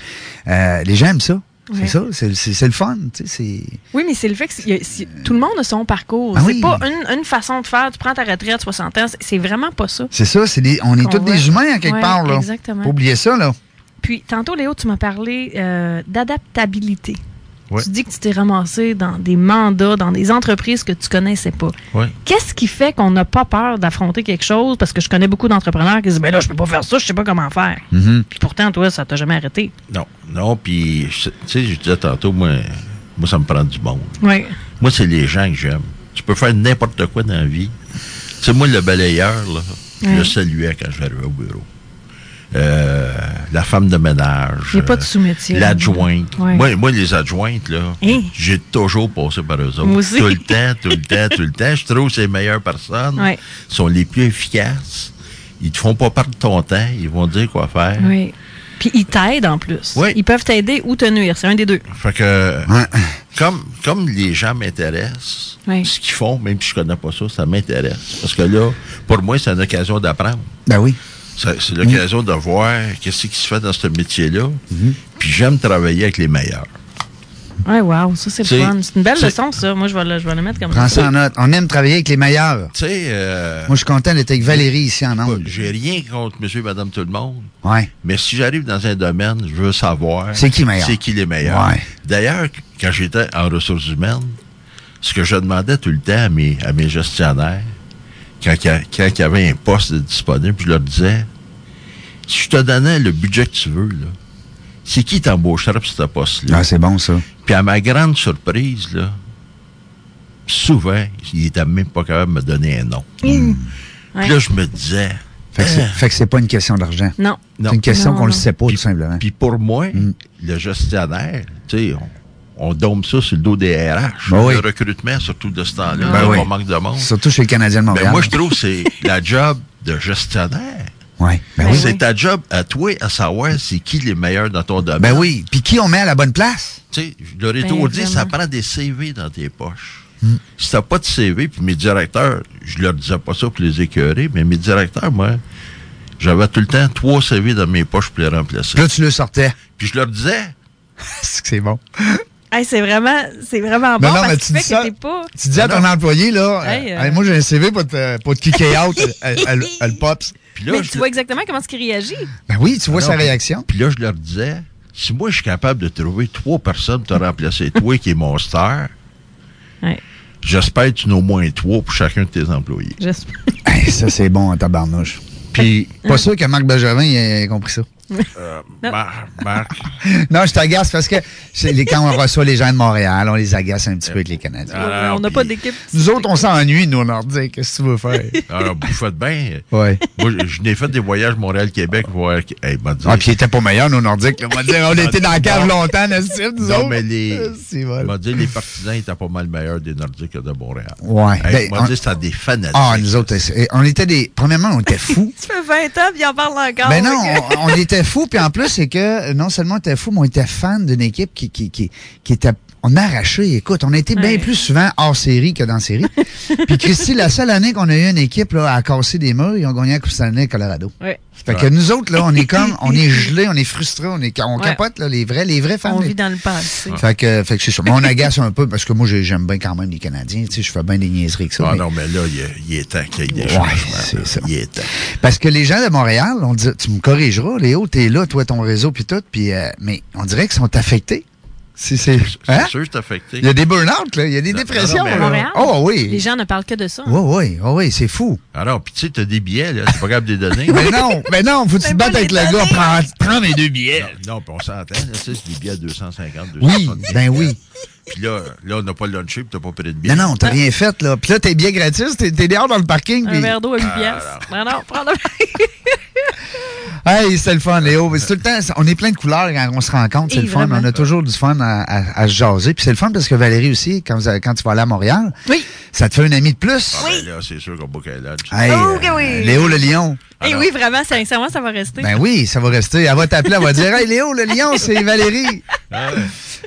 [SPEAKER 1] Euh, les gens aiment ça.
[SPEAKER 2] Ouais.
[SPEAKER 1] C'est ça, c'est- c'est c'est le fun, tu sais, c'est...
[SPEAKER 2] Oui, mais c'est le fait que c'est- y a- c'est- tout le monde a son parcours.
[SPEAKER 1] Ben
[SPEAKER 2] c'est
[SPEAKER 1] oui.
[SPEAKER 2] pas une, une façon de faire. Tu prends ta retraite, 60 ans. c'est- C'est vraiment pas ça.
[SPEAKER 1] C'est ça, c'est des- on est
[SPEAKER 2] Qu'on
[SPEAKER 1] tous des
[SPEAKER 2] voit.
[SPEAKER 1] humains à quelque
[SPEAKER 2] Ouais,
[SPEAKER 1] part. Là.
[SPEAKER 2] exactement.
[SPEAKER 1] Faut oublier ça, là.
[SPEAKER 2] Puis, tantôt, Léo, tu m'as parlé euh, d'adaptabilité.
[SPEAKER 3] Ouais.
[SPEAKER 2] Tu dis que tu t'es ramassé dans des mandats, dans des entreprises que tu connaissais pas.
[SPEAKER 3] Ouais.
[SPEAKER 2] Qu'est-ce qui fait qu'on n'a pas peur d'affronter quelque chose? Parce que je connais beaucoup d'entrepreneurs qui disent Ben là, je peux pas faire ça, je sais pas comment faire.
[SPEAKER 1] Mm-hmm.
[SPEAKER 2] Puis pourtant, toi, ça t'a jamais arrêté.
[SPEAKER 3] Non, non, puis, je- tu sais, je disais tantôt, moi, moi, ça me prend du monde.
[SPEAKER 2] Oui.
[SPEAKER 3] Moi, c'est les gens que j'aime. Tu peux faire n'importe quoi dans la vie. Tu sais, moi, le balayeur, là, je
[SPEAKER 2] Ouais.
[SPEAKER 3] le saluais quand j'arrivais au bureau. Euh, la femme de ménage.
[SPEAKER 2] Il n'y a pas de
[SPEAKER 3] euh,
[SPEAKER 2] sous-métier.
[SPEAKER 3] L'adjointe.
[SPEAKER 2] Ouais.
[SPEAKER 3] Moi, moi, les adjointes, là,
[SPEAKER 2] Hein?
[SPEAKER 3] j'ai toujours passé par eux autres.
[SPEAKER 2] Moi aussi.
[SPEAKER 3] Tout le temps, tout le temps, tout le temps. Je trouve que c'est les meilleures personnes.
[SPEAKER 2] Ouais.
[SPEAKER 3] sont les plus efficaces. Ils te font pas perdre ton temps. Ils vont te dire quoi faire.
[SPEAKER 2] Oui. Puis ils t'aident en plus.
[SPEAKER 3] Oui.
[SPEAKER 2] Ils peuvent t'aider ou te nuire. C'est un des deux.
[SPEAKER 3] Fait que,
[SPEAKER 1] Ouais.
[SPEAKER 3] comme, comme les gens m'intéressent,
[SPEAKER 2] Oui.
[SPEAKER 3] ce qu'ils font, même si je connais pas ça, ça m'intéresse. Parce que là, pour moi, c'est une occasion d'apprendre.
[SPEAKER 1] Ben oui.
[SPEAKER 3] C'est c'est l'occasion de voir qu'est-ce qui se fait dans ce métier-là. Puis j'aime travailler avec les meilleurs.
[SPEAKER 2] Oui, wow, ça c'est
[SPEAKER 3] C'est-
[SPEAKER 2] le fun. C'est une belle
[SPEAKER 3] c'est-
[SPEAKER 2] leçon, ça. Moi, je vais le, je vais le mettre comme
[SPEAKER 1] Prends
[SPEAKER 2] ça.
[SPEAKER 1] ça en note. On aime travailler avec les meilleurs.
[SPEAKER 3] Tu sais, euh,
[SPEAKER 1] Moi, je suis content d'être avec Valérie ici en Angle.
[SPEAKER 3] j'ai rien contre monsieur et madame tout le monde,
[SPEAKER 1] Ouais.
[SPEAKER 3] mais si j'arrive dans un domaine, je veux savoir.
[SPEAKER 1] C'est qui meilleur?
[SPEAKER 3] C'est qui les meilleurs.
[SPEAKER 1] Ouais.
[SPEAKER 3] D'ailleurs, quand j'étais en ressources humaines, ce que je demandais tout le temps à mes, à mes gestionnaires, quand, il y a- quand il y avait un poste de disponible, je leur disais si je te donnais le budget que tu veux, là, c'est qui t'embaucherait pour ce poste-là?
[SPEAKER 1] Ah, c'est bon, ça.
[SPEAKER 3] Puis à ma grande surprise, là, souvent, il n'était même pas capable de me donner un nom. Puis là, je me disais,
[SPEAKER 1] Fait que c'est- fait que c'est pas une question d'argent.
[SPEAKER 2] Non.
[SPEAKER 3] non.
[SPEAKER 1] C'est une question
[SPEAKER 2] Non,
[SPEAKER 1] qu'on le
[SPEAKER 2] non.
[SPEAKER 1] sait pas,
[SPEAKER 3] Puis-
[SPEAKER 1] tout simplement.
[SPEAKER 3] Puis pour moi,
[SPEAKER 1] Mm.
[SPEAKER 3] le gestionnaire, tu sais, on, on dombe ça sur le dos des RH.
[SPEAKER 1] Ben oui.
[SPEAKER 3] Le recrutement, surtout de ce temps-là,
[SPEAKER 1] Ben
[SPEAKER 3] là,
[SPEAKER 1] oui.
[SPEAKER 3] on manque de monde.
[SPEAKER 1] Surtout chez le Canadien de
[SPEAKER 3] Mais
[SPEAKER 1] Montréal.
[SPEAKER 3] moi, je trouve que c'est la job de gestionnaire.
[SPEAKER 1] Ouais. Ben
[SPEAKER 2] Ben
[SPEAKER 1] oui.
[SPEAKER 3] c'est
[SPEAKER 2] oui.
[SPEAKER 3] ta job à toi à savoir c'est qui les meilleurs dans ton domaine.
[SPEAKER 1] Ben oui. Puis qui on met à la bonne place?
[SPEAKER 3] Tu sais, je leur ai
[SPEAKER 2] Ben,
[SPEAKER 3] toujours dit,
[SPEAKER 2] vraiment.
[SPEAKER 3] ça prend des CV dans tes poches.
[SPEAKER 1] Mm.
[SPEAKER 3] Si t'as pas de CV, puis mes directeurs, je leur disais pas ça pour les écœurer, mais mes directeurs, moi, j'avais tout le temps trois CV dans mes poches pour les remplacer.
[SPEAKER 1] Puis Là, tu le sortais.
[SPEAKER 3] Puis je leur disais,
[SPEAKER 1] C'est que c'est bon.
[SPEAKER 2] Hey, c'est vraiment, c'est vraiment bon
[SPEAKER 1] non, mais
[SPEAKER 2] parce
[SPEAKER 1] tu dis
[SPEAKER 2] que fait
[SPEAKER 1] ça.
[SPEAKER 2] que t'es pas.
[SPEAKER 1] Tu dis à ton employé, là, euh,
[SPEAKER 2] Hey, euh,
[SPEAKER 1] Hey, moi, j'ai un CV pour te, pour te kicker out. euh, elle, elle- elle pops.
[SPEAKER 3] puis là,
[SPEAKER 2] mais
[SPEAKER 3] je-
[SPEAKER 2] tu vois exactement comment ce qui réagit.
[SPEAKER 1] Ben oui, tu vois
[SPEAKER 3] non,
[SPEAKER 1] sa
[SPEAKER 3] puis-
[SPEAKER 1] réaction.
[SPEAKER 3] Puis là, je leur disais, si moi, je suis capable de trouver trois personnes pour te remplacer, toi qui es mon star,
[SPEAKER 2] Ouais.
[SPEAKER 3] j'espère que tu n'as au moins trois pour chacun de tes employés.
[SPEAKER 2] J'espère.
[SPEAKER 1] Hey, ça, c'est bon en tabarnouche. Puis, pas sûr que Marc Benjamin ait compris ça.
[SPEAKER 3] Euh, Mar- Marc,
[SPEAKER 1] Non, je t'agace parce que c'est les- quand on reçoit les gens de Montréal, on les agace un petit peu avec les Canadiens.
[SPEAKER 3] alors,
[SPEAKER 2] on n'a pas d'équipe.
[SPEAKER 1] Nous autres, on s'ennuie, nous, Nordiques. Qu'est-ce que tu veux faire?
[SPEAKER 3] alors, Ah, vous faites bien.
[SPEAKER 1] Oui.
[SPEAKER 3] Moi, je- je n'ai fait des voyages Montréal-Québec. Voir... Hey, m'a dit-
[SPEAKER 1] Ah, puis ils étaient pas meilleurs, nos Nordiques. là. On va dire, on était dans la cave longtemps, n'est-ce nous
[SPEAKER 3] non,
[SPEAKER 1] autres.
[SPEAKER 3] mais les,
[SPEAKER 1] Euh, C'est vrai.
[SPEAKER 3] m'a dit, les partisans étaient pas mal meilleurs des Nordiques que de Montréal.
[SPEAKER 1] Ouais. Ben,
[SPEAKER 3] Hey, m'a
[SPEAKER 1] on-
[SPEAKER 3] dit, c'était des fanatiques.
[SPEAKER 1] Ah, nous autres, c'est- on était des. Premièrement, on était fous.
[SPEAKER 5] Tu fais 20 ans, puis il en parle
[SPEAKER 2] Ah,
[SPEAKER 5] encore.
[SPEAKER 1] Ben non,
[SPEAKER 5] ok.
[SPEAKER 1] on, on était fous. Puis en plus, c'est que non seulement on était fous, mais on était fans d'une équipe qui, qui, qui, qui était. On a arraché. Écoute, on a été bien
[SPEAKER 2] Ouais.
[SPEAKER 1] plus souvent hors série que dans série. Puis Christy, la seule année qu'on a eu une équipe là, à casser des murs, ils ont gagné la Coupe Stanley à Colorado.
[SPEAKER 2] Ouais.
[SPEAKER 1] Fait que nous autres, là, on est comme, on est gelés, on est frustrés, on, est, on
[SPEAKER 2] Ouais.
[SPEAKER 1] capote, là, les vrais, les vrais fans.
[SPEAKER 2] On
[SPEAKER 1] les-
[SPEAKER 2] vit dans le passé.
[SPEAKER 1] Fait que, fait que c'est ça. Mais on agace un peu parce que moi, j'ai- j'aime bien quand même les Canadiens. Tu sais, je fais bien des niaiseries que ça.
[SPEAKER 3] Ah
[SPEAKER 1] mais-
[SPEAKER 3] non, mais là, il est- il est temps qu'il y ait des
[SPEAKER 1] Ouais,
[SPEAKER 3] changements,
[SPEAKER 1] c'est
[SPEAKER 3] là.
[SPEAKER 1] ça.
[SPEAKER 3] Il est temps.
[SPEAKER 1] Parce que les gens de Montréal, on dit, tu me corrigeras, Léo, t'es là, toi, ton réseau, puis tout, puis, euh, mais on dirait qu'ils sont affectés. Si c'est.
[SPEAKER 3] C'est
[SPEAKER 1] hein?
[SPEAKER 3] sûr, c'est affecté.
[SPEAKER 1] Il y a des burn-out, là. Il y a des
[SPEAKER 3] Non,
[SPEAKER 1] dépressions,
[SPEAKER 3] non, mais- euh,
[SPEAKER 1] là.
[SPEAKER 2] Montréal,
[SPEAKER 1] Oh
[SPEAKER 2] Les
[SPEAKER 1] oui.
[SPEAKER 2] gens ne parlent que de ça. hein.
[SPEAKER 1] Oui, oui, oh, oui, c'est fou.
[SPEAKER 3] Alors, puis tu sais, t'as des billets, là. C'est pas grave de les donner.
[SPEAKER 1] Mais non, mais non, faut que tu te
[SPEAKER 5] Même pas
[SPEAKER 1] battes avec le
[SPEAKER 5] les
[SPEAKER 1] gars.
[SPEAKER 5] données.
[SPEAKER 1] Prends, prends mes deux billets.
[SPEAKER 3] Non, non, puis on s'entend, là, tu sais, c'est des billets à 250, 250.
[SPEAKER 1] Oui, ben oui.
[SPEAKER 3] Puis là, là, on n'a pas lunché, puis t'as pas pris de billets.
[SPEAKER 1] Non, non, t'as rien fait, là. Puis là, t'es bien gratis, t'es t'es dehors dans le parking.
[SPEAKER 2] Un
[SPEAKER 1] puis-
[SPEAKER 2] verre d'eau à 8
[SPEAKER 3] Ah,
[SPEAKER 2] piastres. Non, non, prends le
[SPEAKER 1] Hey, c'est le fun, Léo. Mais C'est tout le temps, on est plein de couleurs quand on se rencontre. C'est
[SPEAKER 2] Oui,
[SPEAKER 1] le fun.
[SPEAKER 2] Eh, vraiment.
[SPEAKER 1] On a toujours du fun à, à- à se jaser. Puis c'est le fun parce que Valérie aussi, quand, vous- quand tu vas aller à Montréal,
[SPEAKER 2] Oui.
[SPEAKER 1] ça te fait une amie de plus.
[SPEAKER 3] Ah, ben là, c'est sûr qu'on book un lunch.
[SPEAKER 1] Hey,
[SPEAKER 5] Oh, que oui.
[SPEAKER 1] Léo le lion.
[SPEAKER 3] Ah,
[SPEAKER 2] Et Eh oui, vraiment, sincèrement, ça va rester.
[SPEAKER 1] Ben oui, ça va rester. Elle va t'appeler, elle va dire Hey Léo, le lion, c'est Valérie.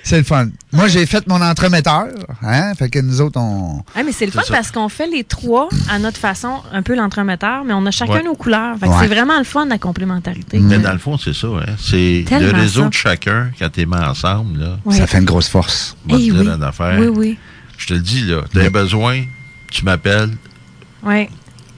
[SPEAKER 1] C'est le fun. Moi, j'ai fait mon entremetteur. Hein? Fait que nous autres, on.
[SPEAKER 2] Ah, mais c'est le fun
[SPEAKER 3] ça.
[SPEAKER 2] parce qu'on fait les trois à notre façon, un peu l'entremetteur, mais on a chacun
[SPEAKER 3] Ouais.
[SPEAKER 2] nos couleurs. Fait que
[SPEAKER 1] Ouais.
[SPEAKER 2] c'est vraiment le fun, la complémentarité.
[SPEAKER 3] Mais dans le fond, c'est ça, hein. C'est le
[SPEAKER 2] Tellement
[SPEAKER 3] réseau
[SPEAKER 2] ça.
[SPEAKER 3] de chacun, quand t'es mis ensemble, là.
[SPEAKER 2] Ouais.
[SPEAKER 1] Ça fait une grosse force.
[SPEAKER 3] Moi,
[SPEAKER 2] Eh
[SPEAKER 3] te dire
[SPEAKER 2] oui.
[SPEAKER 3] une affaire.
[SPEAKER 2] Oui, oui.
[SPEAKER 3] Je te le dis, là. T'as un besoin, tu m'appelles.
[SPEAKER 2] Ouais.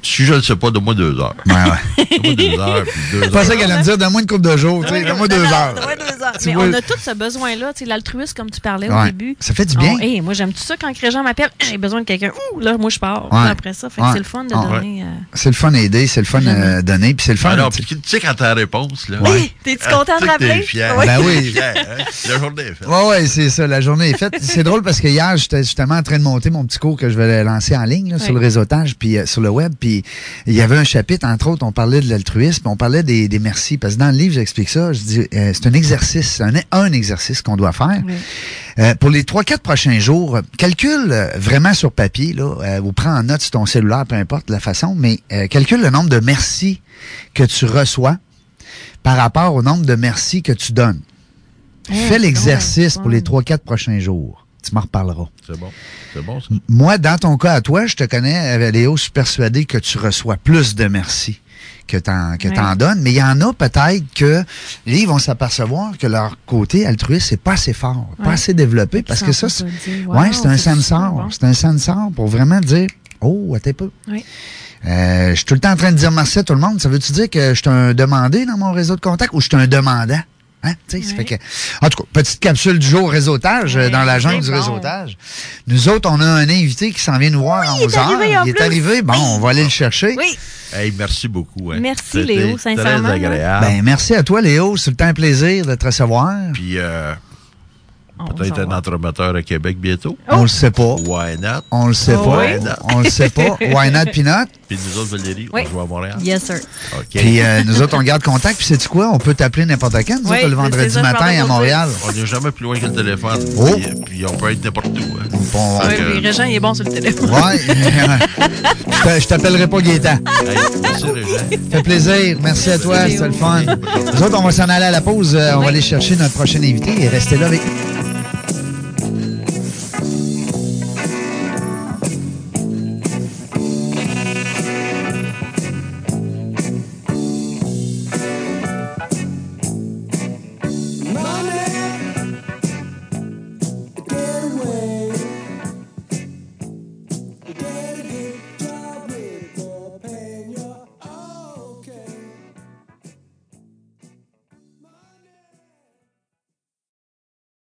[SPEAKER 3] Si je ne sais pas, donne-moi deux heures.
[SPEAKER 1] Ouais, ouais.
[SPEAKER 3] Donne-moi deux heures, puis deux
[SPEAKER 1] Je pensais
[SPEAKER 3] heures.
[SPEAKER 1] qu'elle allait me dire Donne-moi une coupe de jours. tu sais, Donne-moi deux heures.
[SPEAKER 5] Ouais, deux heures.
[SPEAKER 2] Mais
[SPEAKER 1] vois-
[SPEAKER 2] on a tous ce besoin-là, tu sais, l'altruisme, comme tu parlais au
[SPEAKER 1] Ouais.
[SPEAKER 2] début.
[SPEAKER 1] Ça fait du bien.
[SPEAKER 2] On- hey, moi, j'aime tout ça quand les gens m'appellent. J'ai besoin de quelqu'un. Ouh, là, moi, je pars.
[SPEAKER 1] Ouais.
[SPEAKER 2] Après ça, fait
[SPEAKER 1] Ouais.
[SPEAKER 2] que c'est le fun de
[SPEAKER 1] Ah,
[SPEAKER 2] donner. euh,
[SPEAKER 1] C'est le fun à aider, c'est le fun à donner, puis c'est le fun.
[SPEAKER 3] Alors,
[SPEAKER 1] tu sais.
[SPEAKER 3] puis tu sais, quand t'as la réponse, là.
[SPEAKER 1] Ouais.
[SPEAKER 5] Hey, T'es-tu content de
[SPEAKER 3] tu sais que t'es
[SPEAKER 5] rappeler?
[SPEAKER 3] fier.
[SPEAKER 1] Ben oui.
[SPEAKER 3] Fier, hein? La journée est faite.
[SPEAKER 1] Ouais, ouais, c'est ça. La journée est faite. c'est drôle parce que hier, j'étais justement en train de monter mon petit cours que je vais lancer en ligne là, sur
[SPEAKER 2] Ouais.
[SPEAKER 1] le réseautage puis euh, sur le web. Puis il y avait un chapitre, entre autres, on parlait de l'altruisme, on parlait des, des merci. Parce que dans le livre, j'explique ça. Je dis, euh, c'est un exercice, un, un exercice qu'on doit faire.
[SPEAKER 2] Oui.
[SPEAKER 1] Euh, pour les 3-4 prochains jours, euh, calcule euh, vraiment sur papier, là, euh, ou prends en note sur ton cellulaire, peu importe la façon, mais euh, calcule le nombre de merci que tu reçois par rapport au nombre de merci que tu donnes. Fais l'exercice pour les 3-4 prochains jours. Tu m'en reparleras.
[SPEAKER 3] C'est bon. C'est bon, ça.
[SPEAKER 1] Moi, dans ton cas à toi, je te connais, euh, Léo, je suis persuadé que tu reçois plus de merci que t'en que
[SPEAKER 2] Ouais.
[SPEAKER 1] t'en donnes. Mais il y en a peut-être que là, ils vont s'apercevoir que leur côté altruiste, c'est pas assez fort, pas
[SPEAKER 2] Ouais.
[SPEAKER 1] assez développé. Parce que ça, c'est ouais, c'est un sensor. C'est un sensor pour vraiment dire Oh, attends un peu.
[SPEAKER 2] Oui.
[SPEAKER 1] Euh, je suis tout le temps en train de dire merci à tout le monde. Ça veut-tu dire que je suis un demandé dans mon réseau de contact ou je suis un demandant? Hein? Tu sais, ça
[SPEAKER 2] Ouais.
[SPEAKER 1] fait que- En tout cas, petite capsule du jour réseautage euh,
[SPEAKER 2] Ouais,
[SPEAKER 1] dans la jungle du
[SPEAKER 2] c'est bon.
[SPEAKER 1] réseautage. Nous autres, on a un invité qui s'en vient nous voir à 11
[SPEAKER 5] est arrivé
[SPEAKER 1] h.
[SPEAKER 5] en
[SPEAKER 1] Il est
[SPEAKER 5] plus.
[SPEAKER 1] arrivé. Bon, on va aller le chercher.
[SPEAKER 5] Oui.
[SPEAKER 3] Hey, merci beaucoup. hein.
[SPEAKER 2] Merci,
[SPEAKER 3] C'était
[SPEAKER 2] Léo, sincèrement,
[SPEAKER 3] Très
[SPEAKER 2] là.
[SPEAKER 3] agréable.
[SPEAKER 1] Ben, merci à toi, Léo. C'est le temps un plaisir de te recevoir.
[SPEAKER 3] Puis euh, peut-être
[SPEAKER 2] Peut-être
[SPEAKER 3] un entremetteur à Québec bientôt.
[SPEAKER 1] On le sait
[SPEAKER 2] Oh.
[SPEAKER 1] pas.
[SPEAKER 3] Why not?
[SPEAKER 1] On le sait pas.
[SPEAKER 3] Ouais.
[SPEAKER 1] On le sait pas. Why not, Peanut?
[SPEAKER 3] Puis nous autres, Valérie,
[SPEAKER 2] Oui.
[SPEAKER 3] on se voit à Montréal.
[SPEAKER 2] Yes, sir.
[SPEAKER 3] OK.
[SPEAKER 1] Puis euh, nous autres, on garde contact. Puis sais-tu quoi? On peut t'appeler n'importe quand. Nous
[SPEAKER 2] Oui,
[SPEAKER 1] autres, le
[SPEAKER 2] c'est
[SPEAKER 1] vendredi
[SPEAKER 2] ça, je
[SPEAKER 1] matin
[SPEAKER 2] parlais
[SPEAKER 1] à
[SPEAKER 2] aujourd'hui.
[SPEAKER 1] Montréal.
[SPEAKER 3] on n'est jamais plus loin que le téléphone.
[SPEAKER 1] euh, Oh.
[SPEAKER 3] Puis, puis on peut être n'importe où. hein.
[SPEAKER 1] Bon,
[SPEAKER 3] Fait
[SPEAKER 2] Oui,
[SPEAKER 3] que,
[SPEAKER 2] puis Régent, il est bon sur le téléphone.
[SPEAKER 1] ouais. Je t'a- je t'appellerai pas Gaétan.
[SPEAKER 3] hey, merci, Régent.
[SPEAKER 1] Ça fait plaisir. Merci à toi. C'était le fun. Nous autres, on va s'en aller à la pause. Euh, On va aller chercher notre prochain invité et restez là avec nous.